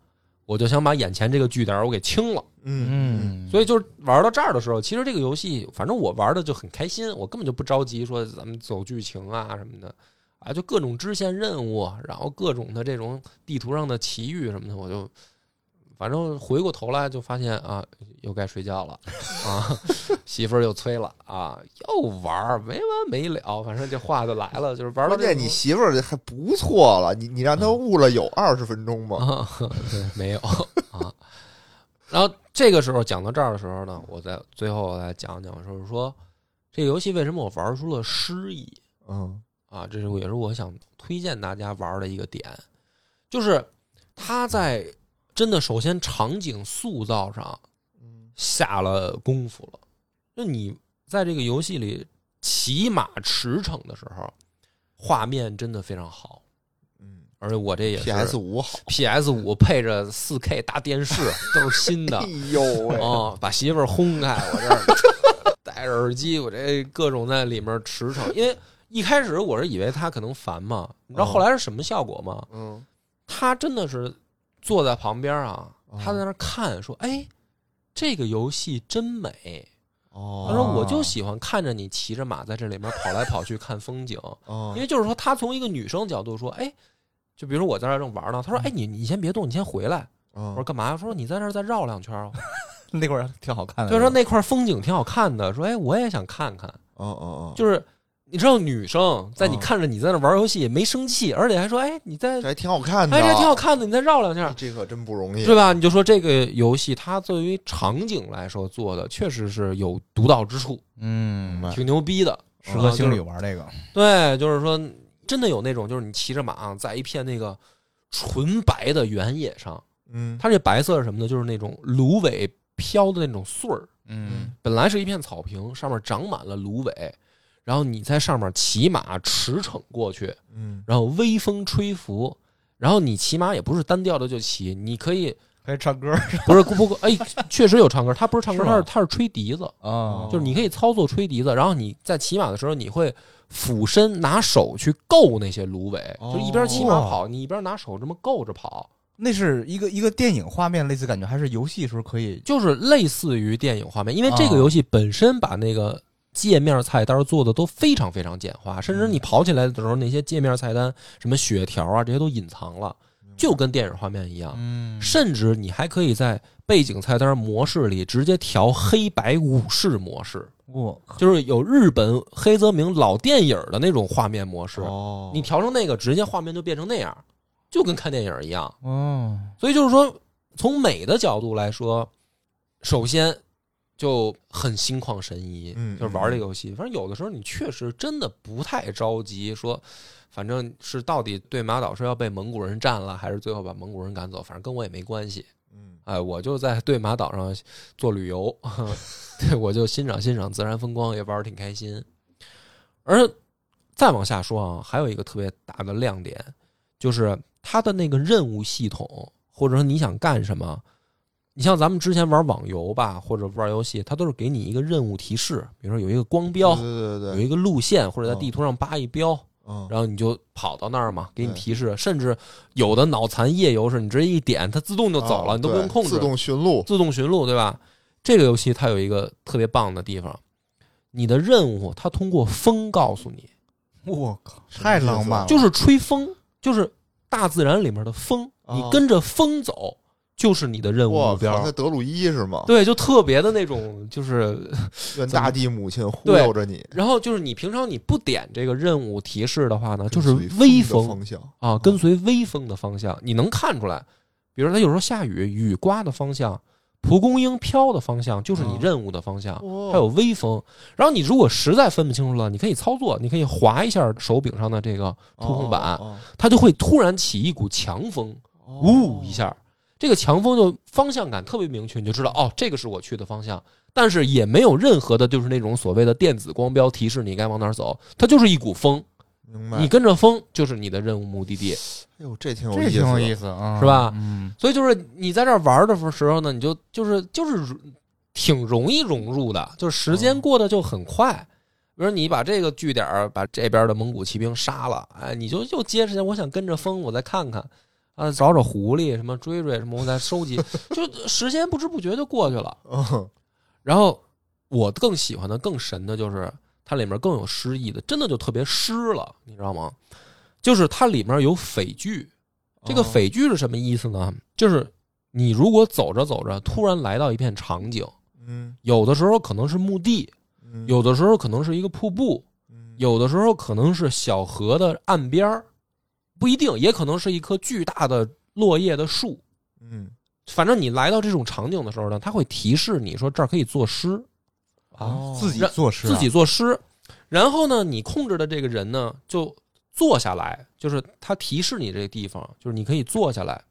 [SPEAKER 1] 我就想把眼前这个据点儿我给清了。
[SPEAKER 2] 嗯，
[SPEAKER 1] 所以就是玩到这儿的时候，其实这个游戏，反正我玩的就很开心，我根本就不着急说咱们走剧情啊什么的，啊，就各种支线任务，啊然后各种的这种地图上的奇遇什么的，我就反正回过头来就发现啊，又该睡觉了啊，媳妇儿又催了啊，又玩儿没完没了，反正这话就来了，嗯就是玩到
[SPEAKER 2] 关
[SPEAKER 1] 这
[SPEAKER 2] 键
[SPEAKER 1] 种
[SPEAKER 2] 你媳妇儿还不错了，你你让她悟了有二十分钟吧，
[SPEAKER 1] 啊， 对，没有啊。然后这个时候讲到这儿的时候呢，我再最后我来讲讲，就是说这个游戏为什么我玩出了诗意
[SPEAKER 2] 嗯，
[SPEAKER 1] 啊，这是我也是我想推荐大家玩的一个点，就是他在真的首先场景塑造上
[SPEAKER 2] 嗯
[SPEAKER 1] 下了功夫了。就你在这个游戏里骑马驰骋的时候，画面真的非常好，
[SPEAKER 2] 嗯
[SPEAKER 1] 而且我这也是
[SPEAKER 2] ，PS 五好，
[SPEAKER 1] PS 五配着四 K 大电视，都是新的
[SPEAKER 2] 哎。呦喂，
[SPEAKER 1] 哦，把媳妇儿轰开，我这儿戴着耳机，我这各种在里面驰骋。因为一开始我是以为他可能烦嘛，你知道
[SPEAKER 2] 嗯
[SPEAKER 1] 后来是什么效果吗？
[SPEAKER 2] 嗯，
[SPEAKER 1] 他真的是坐在旁边啊
[SPEAKER 2] 哦，
[SPEAKER 1] 他在那儿看，说：“哎，这个游戏真美。”
[SPEAKER 2] 哦
[SPEAKER 1] 他说：“我就喜欢看着你骑着马在这里面跑来跑去看风景，
[SPEAKER 2] 哦
[SPEAKER 1] 因为就是说，他从一个女生角度说，哎。”就比如说我在这儿正玩呢，他说：“哎，你你先别动，你先回来。”我说：“
[SPEAKER 2] 嗯
[SPEAKER 1] 干嘛？”他说：“你在这儿再绕两圈儿。”啊
[SPEAKER 3] 哎那会儿挺好看的。
[SPEAKER 1] 就是说那块风景挺好看的，说哎，我也想看看。
[SPEAKER 2] 嗯嗯，
[SPEAKER 1] 就是你知道，女生在你
[SPEAKER 2] 嗯
[SPEAKER 1] 看着你在那玩游戏没生
[SPEAKER 3] 嗯
[SPEAKER 1] 气，而且还说哎，你在
[SPEAKER 2] 这
[SPEAKER 1] 哎
[SPEAKER 2] 还挺好
[SPEAKER 3] 啊
[SPEAKER 2] 看的，
[SPEAKER 1] 这挺好看的，你再绕两
[SPEAKER 2] 哎
[SPEAKER 1] 下，
[SPEAKER 2] 这可真不容
[SPEAKER 3] 嗯
[SPEAKER 2] 易，
[SPEAKER 1] 对吧？你就说这个游戏它作为场景来说做的确实是有独到之处，
[SPEAKER 3] 嗯，
[SPEAKER 1] 挺牛逼的，
[SPEAKER 3] 适合
[SPEAKER 1] 啊
[SPEAKER 3] 情。
[SPEAKER 1] 就
[SPEAKER 3] 侣
[SPEAKER 1] 是
[SPEAKER 3] 玩这个。
[SPEAKER 1] 对，就是说真的有那种，就是你骑着马在一片那个纯白的原野上，
[SPEAKER 2] 嗯，
[SPEAKER 1] 它这白色是什么呢？就是那种芦苇飘的那种穗儿。
[SPEAKER 3] 嗯
[SPEAKER 1] 本来是一片草坪，上面长满了芦苇，然后你在上面骑马驰骋过去，
[SPEAKER 2] 嗯
[SPEAKER 1] 然后微风吹拂，然后你骑马也不是单调的就骑，你可 以
[SPEAKER 3] 还唱歌
[SPEAKER 1] 不是不不哎，确实有唱歌，他不是唱歌，
[SPEAKER 3] 是
[SPEAKER 1] 他
[SPEAKER 3] 吗
[SPEAKER 1] 是他是吹笛子，
[SPEAKER 3] 啊
[SPEAKER 1] 就是你可以操作吹笛子，然后你在骑马的时候，你会俯身拿手去够那些芦苇，
[SPEAKER 2] 哦
[SPEAKER 1] 就一边骑马跑，你一边拿手这么够着跑，
[SPEAKER 3] 那是一个一个电影画面类似感觉，还是游戏时候可以
[SPEAKER 1] 就是类似于电影画面，因为这个
[SPEAKER 3] 哦
[SPEAKER 1] 游戏本身把那个界面菜单做的都非常非常简化，甚至你跑起来的时候，那些界面菜单什么血条啊这些都隐藏了，
[SPEAKER 2] 嗯
[SPEAKER 1] 就跟电影画面一样。
[SPEAKER 3] 嗯
[SPEAKER 1] 甚至你还可以在背景菜单模式里直接调黑白武士模式，
[SPEAKER 3] 我
[SPEAKER 1] 就是有日本黑泽明老电影的那种画面模式，
[SPEAKER 2] 哦
[SPEAKER 1] 你调成那个，直接画面就变成那样，就跟看电影一样。
[SPEAKER 3] 哦
[SPEAKER 1] 所以就是说，从美的角度来说，首先就很心旷神怡，
[SPEAKER 2] 嗯
[SPEAKER 1] 就是玩这个游戏。反正有的时候你确实真的不太着急，说反正是到底对马岛是要被蒙古人占了，还是最后把蒙古人赶走，反正跟我也没关系。
[SPEAKER 2] 嗯
[SPEAKER 1] 哎，我就在对马岛上做旅游， 对我就欣赏欣赏自然风光，也玩的挺开心。而再往下说啊，还有一个特别大的亮点，就是它的那个任务系统，或者说你想干什么，你像咱们之前玩网游吧，或者玩游戏，它都是给你一个任务提示，比如说有一个光标，
[SPEAKER 2] 嗯对对
[SPEAKER 1] 有
[SPEAKER 2] 对
[SPEAKER 1] 一
[SPEAKER 2] 对，
[SPEAKER 1] 个路线，或者在地图上扒一标，
[SPEAKER 2] 嗯，
[SPEAKER 1] 然后你就跑到那儿嘛，给你
[SPEAKER 2] 对
[SPEAKER 1] 提示。甚至有的脑残夜游是，你直接一点，它自动就走了，
[SPEAKER 2] 啊
[SPEAKER 1] 你都不用
[SPEAKER 2] 对
[SPEAKER 1] 控制，
[SPEAKER 2] 自动寻路，
[SPEAKER 1] 自动寻路，对吧？这个游戏它有一个特别棒的地方，你的任务它通过风告诉你，
[SPEAKER 3] 我靠，
[SPEAKER 2] 什么
[SPEAKER 3] 太
[SPEAKER 2] 意思
[SPEAKER 3] 浪漫了，
[SPEAKER 1] 就是吹风，就是大自然里面的风，
[SPEAKER 2] 哦
[SPEAKER 1] 你跟着风走，就是你的任务
[SPEAKER 2] 我
[SPEAKER 1] 目
[SPEAKER 2] 靠，
[SPEAKER 1] 标
[SPEAKER 2] 那。德鲁伊是吗？
[SPEAKER 1] 对，就特别的那种，就是， 怎
[SPEAKER 2] 愿
[SPEAKER 1] 么
[SPEAKER 2] 大地母亲忽悠着你，
[SPEAKER 1] 然后就是你平常你不点这个任务提示的话呢，就是
[SPEAKER 2] 跟随
[SPEAKER 1] 微
[SPEAKER 2] 风
[SPEAKER 1] 风
[SPEAKER 2] 的方向，
[SPEAKER 1] 啊，跟随微风的方向，你能看出来，比如它有时候下雨，雨刮的方向，蒲公英飘的方向，就是你
[SPEAKER 2] 哦
[SPEAKER 1] 任务的方向。
[SPEAKER 2] 哦
[SPEAKER 1] 还有微风。然后你如果实在分不清楚了，你可以操作，你可以划一下手柄上的这个触控板，
[SPEAKER 2] 哦
[SPEAKER 1] 它就会突然起一股强风，
[SPEAKER 2] 哦
[SPEAKER 1] 呜一下，这个强风就方向感特别明确，你就知道哦，这个是我去的方向。但是也没有任何的，就是那种所谓的电子光标提示你该往哪儿走，它就是一股风，
[SPEAKER 2] 明白？
[SPEAKER 1] 你跟着风就是你的任务目的地。
[SPEAKER 2] 哎呦，这挺有
[SPEAKER 3] 这挺有意
[SPEAKER 2] 思
[SPEAKER 3] 思啊，
[SPEAKER 1] 是吧
[SPEAKER 3] 嗯，
[SPEAKER 1] 所以就是你在这儿玩的时候呢，你就就是就是如挺容易融入的，就是时间过得就很快。比如你把这个据点儿把这边的蒙古骑兵杀了，哎，你就又接着我想跟着风，我再看看啊，找找狐狸什么追追什么，我再收集， 就时间不知不觉就过去了。
[SPEAKER 2] 的。嗯
[SPEAKER 1] 然后我更喜欢的、更神的就是它里面更有诗意的，真的就特别诗了，你知道吗？就是它里面有匪句，这
[SPEAKER 2] 哦
[SPEAKER 1] 个匪句是什么意思呢？就是你如果走着走着，突然来到一片场景，
[SPEAKER 2] 嗯
[SPEAKER 1] 有的时候可能是墓地，
[SPEAKER 2] 嗯
[SPEAKER 1] 有的时候可能是一个瀑布，
[SPEAKER 2] 嗯
[SPEAKER 1] 有的时候可能是小河的岸边儿，不一定，也可能是一棵巨大的落叶的树。
[SPEAKER 2] 嗯
[SPEAKER 1] 反正你来到这种场景的时候呢，它会提示你说这儿可以作诗，
[SPEAKER 2] 哦
[SPEAKER 3] 啊，自己
[SPEAKER 1] 让
[SPEAKER 3] 作诗啊，
[SPEAKER 1] 哦自己作诗。然后呢，你控制的这个人呢，就坐下来，就是他提示你这个地方，就是你可以坐下来。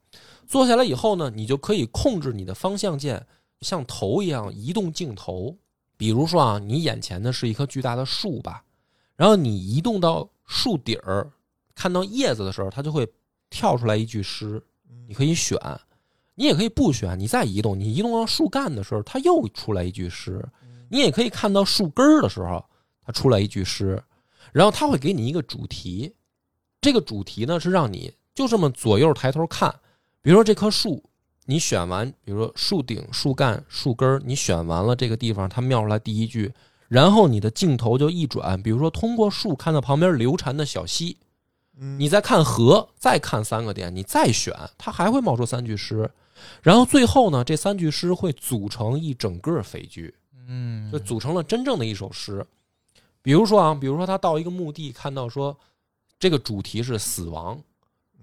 [SPEAKER 1] 坐下来以后呢，你就可以控制你的方向键，像头一样移动镜头。比如说啊，你眼前的是一棵巨大的树吧，然后你移动到树顶儿，看到叶子的时候，它就会跳出来一句诗，
[SPEAKER 2] 嗯
[SPEAKER 1] 你可以选，你也可以不选，你再移动，你移动到树干的时候，它又出来一句诗，你也可以看到树根儿的时候，它出来一句诗，然后它会给你一个主题，这个主题呢是让你就这么左右抬头看，比如说这棵树，你选完，比如说树顶、树干、树根儿，你选完了这个地方，它瞄出来第一句，然后你的镜头就一转，比如说通过树看到旁边流潺的小溪，
[SPEAKER 2] 嗯
[SPEAKER 1] 你再看河，再看三个点，你再选，它还会冒出三句诗，然后最后呢，这三句诗会组成一整个匪句，
[SPEAKER 3] 嗯
[SPEAKER 1] 就组成了真正的一首诗。比如说啊，比如说他到一个墓地，看到说这个主题是死亡，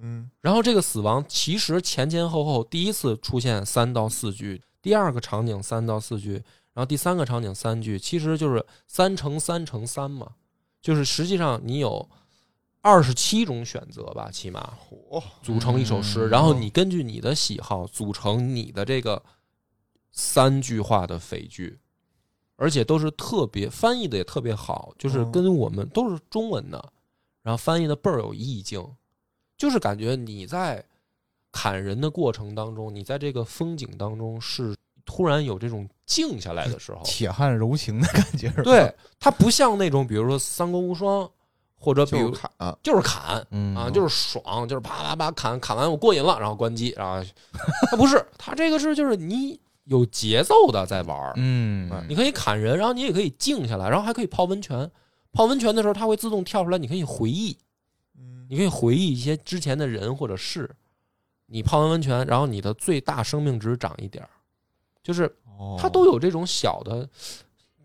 [SPEAKER 2] 嗯
[SPEAKER 1] 然后这个死亡其实前前后后第一次出现三到四句，第二个场景三到四句，然后第三个场景三句，其实就是三乘三乘三嘛，就是实际上你有二十七种选择吧，起码
[SPEAKER 2] 火
[SPEAKER 1] 组成一首诗，
[SPEAKER 3] 嗯
[SPEAKER 1] 然后你根据你的喜好组成你的这个三句话的匪句，而且都是特别翻译的也特别好，就是
[SPEAKER 2] 哦
[SPEAKER 1] 跟我们都是中文的，然后翻译的倍儿有意境，就是感觉你在砍人的过程当中，你在这个风景当中是突然有这种静下来的时候，
[SPEAKER 3] 铁汉柔情的感觉是吧，
[SPEAKER 1] 对，它不像那种比如说《三国无双》或者比
[SPEAKER 2] 就
[SPEAKER 1] 如
[SPEAKER 2] 砍啊，
[SPEAKER 1] 就是砍，
[SPEAKER 3] 嗯
[SPEAKER 1] 啊，就是爽，就是啪啪啪砍，砍完我过瘾了，然后关机，然后它不是， 它这个是就是你有节奏的在玩儿，
[SPEAKER 3] 嗯
[SPEAKER 2] 哎
[SPEAKER 1] 你可以砍人，然后你也可以静下来，然后还可以泡温泉。泡温泉的时候，它会自动跳出来，你可以回忆，
[SPEAKER 2] 嗯
[SPEAKER 1] 你可以回忆一些之前的人或者事。你泡完温泉，然后你的最大生命值涨一点儿，就是
[SPEAKER 3] 哦
[SPEAKER 1] 它都有这种小的。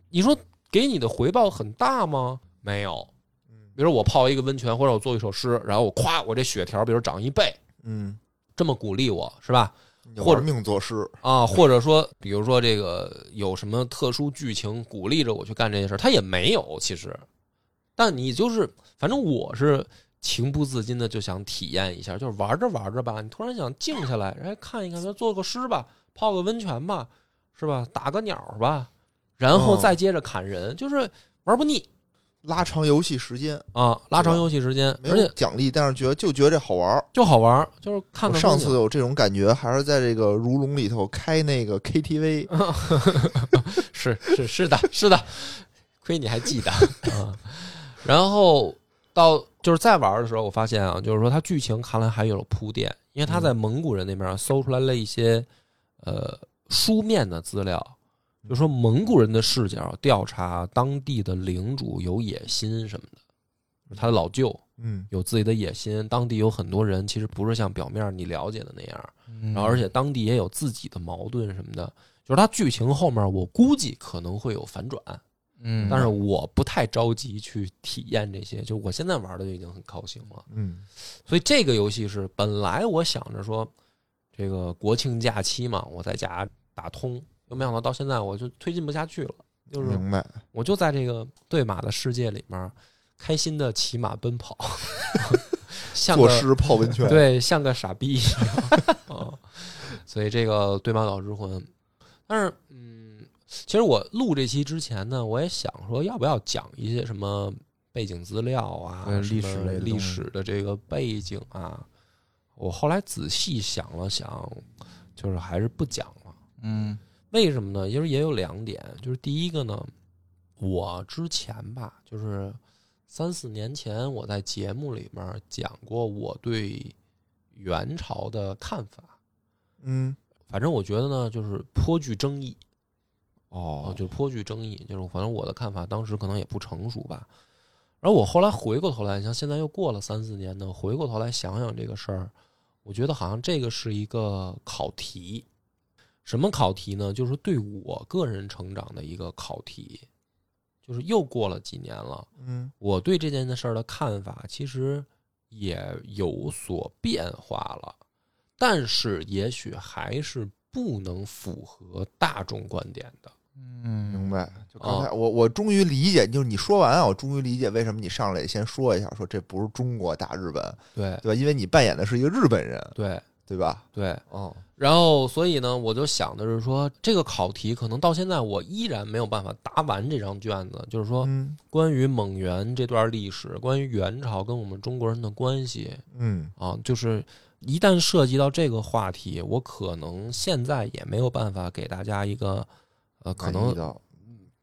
[SPEAKER 1] 你说给你的回报很大吗？没有。
[SPEAKER 2] 嗯
[SPEAKER 1] 比如我泡一个温泉，或者我做一首诗，然后我夸我这血条，比如涨一倍，
[SPEAKER 2] 嗯，
[SPEAKER 1] 这么鼓励我是吧？
[SPEAKER 2] 你
[SPEAKER 1] 或者
[SPEAKER 2] 玩命作诗，
[SPEAKER 1] 啊，或者说，比如说这个有什么特殊剧情鼓励着我去干这件事儿，他也没有其实，但你就是，反正我是情不自禁的就想体验一下，就是玩着玩着吧，你突然想静下来，哎，看一看，咱做个诗吧，泡个温泉吧，是吧？打个鸟儿吧，然后
[SPEAKER 2] 嗯
[SPEAKER 1] 再接着砍人，就是玩不腻
[SPEAKER 2] 拉长游戏时间，
[SPEAKER 1] 啊，拉长
[SPEAKER 2] 是吧
[SPEAKER 1] 游戏时间，
[SPEAKER 2] 没
[SPEAKER 1] 而且
[SPEAKER 2] 有奖励，但是觉得就觉得这好玩儿。
[SPEAKER 1] 就好玩儿，就是看
[SPEAKER 2] 我
[SPEAKER 1] 看
[SPEAKER 2] 上
[SPEAKER 1] 风景
[SPEAKER 2] 次有这种感觉，还是在这个如龙里头开那个 KTV，
[SPEAKER 1] 是是是的，是的，亏你还记得啊。然后到就是再玩的时候，我发现啊，就是说它剧情看来还有铺垫，因为他在蒙古人那边搜出来了一些呃书面的资料，就说蒙古人的视角调查当地的领主有野心什么的，他的老舅
[SPEAKER 2] 嗯，
[SPEAKER 1] 有自己的野心，当地有很多人其实不是像表面你了解的那样，
[SPEAKER 3] 嗯，
[SPEAKER 1] 然后而且当地也有自己的矛盾什么的，就是它剧情后面我估计可能会有反转，
[SPEAKER 3] 嗯，
[SPEAKER 1] 但是我不太着急去体验这些，就我现在玩的就已经很高兴了。
[SPEAKER 2] 嗯，
[SPEAKER 1] 所以这个游戏是本来我想着说，这个国庆假期嘛，我在家打通，又没想到到现在我就推进不下去了，就是
[SPEAKER 3] 嗯
[SPEAKER 2] 明白。
[SPEAKER 1] 我就在这个对马的世界里面开心的骑马奔 跑，像
[SPEAKER 2] 作
[SPEAKER 1] 个
[SPEAKER 2] 诗泡温泉，
[SPEAKER 1] 对，像个傻逼一样啊。所以这个对马岛之魂，但是嗯，其实我录这期之前呢，我也想说，要不要讲一些什么背景资料啊，
[SPEAKER 3] 对
[SPEAKER 1] 什
[SPEAKER 3] 历史
[SPEAKER 1] 么
[SPEAKER 3] 类的
[SPEAKER 1] 历
[SPEAKER 3] 东
[SPEAKER 1] 史的这个背景啊。我后来仔细想了想，就是还是不讲了。
[SPEAKER 3] 嗯
[SPEAKER 1] 为什么呢？因为也有两点，就是第一个呢，我之前吧，就是三四年前我在节目里面讲过我对元朝的看法，
[SPEAKER 2] 嗯，
[SPEAKER 1] 反正我觉得呢，就是颇具争议啊，
[SPEAKER 2] 哦，
[SPEAKER 1] 就是颇具争议，就是反正我的看法当时可能也不成熟吧。然后我后来回过头来，像现在又过了三四年呢，回过头来想想这个事儿，我觉得好像这个是一个考题。什么考题呢？就是对我个人成长的一个考题。就是又过了几年了，
[SPEAKER 2] 嗯
[SPEAKER 1] 我对这件事儿的看法其实也有所变化了，但是也许还是不能符合大众观点的。
[SPEAKER 3] 嗯
[SPEAKER 2] 明白。就刚才
[SPEAKER 1] 哦
[SPEAKER 2] 我我终于理解，就是你说完啊，我终于理解为什么你上来先说一下，说这不是中国打日本，
[SPEAKER 1] 对
[SPEAKER 2] 对吧？因为你扮演的是一个日本人，
[SPEAKER 1] 对
[SPEAKER 2] 对吧？
[SPEAKER 1] 对。
[SPEAKER 2] 哦，
[SPEAKER 1] 然后，所以呢，我就想的是说，这个考题可能到现在我依然没有办法答完这张卷子，就是说，
[SPEAKER 2] 嗯
[SPEAKER 1] 关于蒙元这段历史，关于元朝跟我们中国人的关系
[SPEAKER 2] 嗯
[SPEAKER 1] 啊，就是一旦涉及到这个话题，我可能现在也没有办法给大家一个呃，可
[SPEAKER 2] 满
[SPEAKER 1] 能
[SPEAKER 2] 意到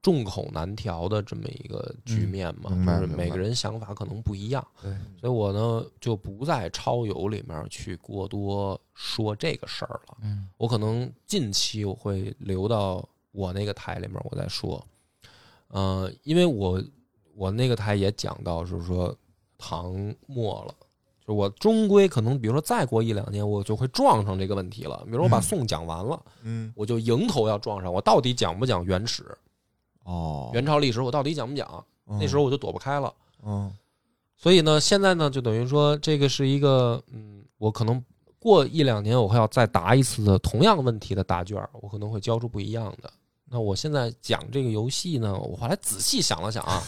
[SPEAKER 1] 众口难调的这么一个局面嘛，
[SPEAKER 2] 嗯明
[SPEAKER 1] 就
[SPEAKER 2] 白
[SPEAKER 1] 是每
[SPEAKER 2] 明白嗯
[SPEAKER 1] 个人想法可能不一样，
[SPEAKER 3] 对
[SPEAKER 1] 所以我呢就不在超游里面去过多说这个事儿了。
[SPEAKER 3] 嗯
[SPEAKER 1] 我可能近期我会留到我那个台里面，我再说。呃，因为我我那个台也讲到，就是说唐末了，就我终归可能，比如说再过一两年，我就会撞上这个问题了。比如说我把
[SPEAKER 2] 嗯
[SPEAKER 1] 宋讲完了，
[SPEAKER 2] 嗯
[SPEAKER 1] 我就迎头要撞上，我到底讲不讲元史、
[SPEAKER 2] 哦，
[SPEAKER 1] 元朝历史，我到底讲不讲？那时候我就躲不开了。
[SPEAKER 2] 嗯
[SPEAKER 1] 所以呢，现在呢，就等于说这个是一个，嗯，我可能过一两年我会要再答一次的同样问题的答卷儿，我可能会交出不一样的。那我现在讲这个游戏呢，我后来仔细想了想啊，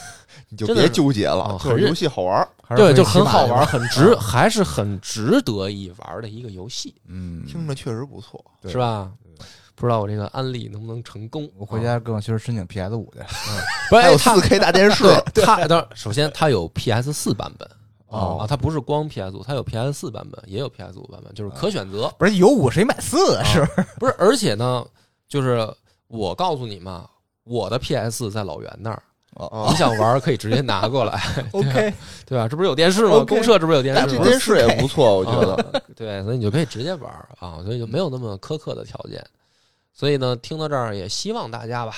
[SPEAKER 2] 你就
[SPEAKER 1] 真的
[SPEAKER 2] 别
[SPEAKER 1] 是
[SPEAKER 2] 纠结
[SPEAKER 1] 哦
[SPEAKER 2] 了，就
[SPEAKER 1] 很
[SPEAKER 2] 是
[SPEAKER 1] 认
[SPEAKER 2] 游戏好玩儿，
[SPEAKER 3] 还是
[SPEAKER 1] 对，
[SPEAKER 3] 会
[SPEAKER 1] 就
[SPEAKER 3] 起
[SPEAKER 1] 很
[SPEAKER 3] 码
[SPEAKER 1] 好
[SPEAKER 3] 的啊
[SPEAKER 1] 玩，很值，还是很值得一玩的一个游戏，
[SPEAKER 3] 嗯，
[SPEAKER 2] 听着确实不错。
[SPEAKER 3] 对
[SPEAKER 1] 是吧
[SPEAKER 3] 对？
[SPEAKER 1] 不知道我这个安利能不能成功？
[SPEAKER 3] 我回家跟我媳妇申请 PS 五去。
[SPEAKER 1] 不是
[SPEAKER 2] 还
[SPEAKER 1] 哎
[SPEAKER 2] 有
[SPEAKER 1] 他
[SPEAKER 2] 四 K 大电视，
[SPEAKER 1] 对他，当然首先它有 PS 四版本
[SPEAKER 3] 哦
[SPEAKER 1] 啊，它不是光 PS 五，它有 PS 四版本，也有 PS 五版本，就是可选择。
[SPEAKER 3] 不是有五谁买四啊？是不是？
[SPEAKER 1] 不是，而且呢，就是我告诉你嘛，我的 PS 在老袁那儿，
[SPEAKER 3] 哦
[SPEAKER 2] 哦
[SPEAKER 1] 你想玩儿可以直接拿过来，
[SPEAKER 3] ，OK，
[SPEAKER 1] 对吧？这不是有电视吗？
[SPEAKER 3] OK
[SPEAKER 1] 公社这不是有电
[SPEAKER 2] 但
[SPEAKER 1] 视
[SPEAKER 2] 这
[SPEAKER 1] 吗？
[SPEAKER 2] 电视也不错，我觉 得。
[SPEAKER 1] 啊对，所以你就可以直接玩儿啊，所以就没有那么苛刻的条件。所以呢，听到这儿也希望大家吧，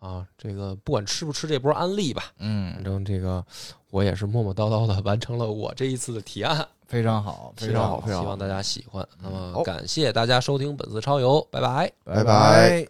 [SPEAKER 1] 啊，这个不管吃不吃这波安利吧，反
[SPEAKER 3] 嗯，
[SPEAKER 1] 正这个我也是磨磨叨叨的完成了我这一次的提案，
[SPEAKER 3] 非常好，非
[SPEAKER 2] 非常
[SPEAKER 3] 常
[SPEAKER 2] 好
[SPEAKER 3] 好，
[SPEAKER 1] 希望大家喜欢。那么
[SPEAKER 2] 啊好
[SPEAKER 1] 感谢大家收听本次超游，拜拜。
[SPEAKER 2] 拜拜
[SPEAKER 3] 拜。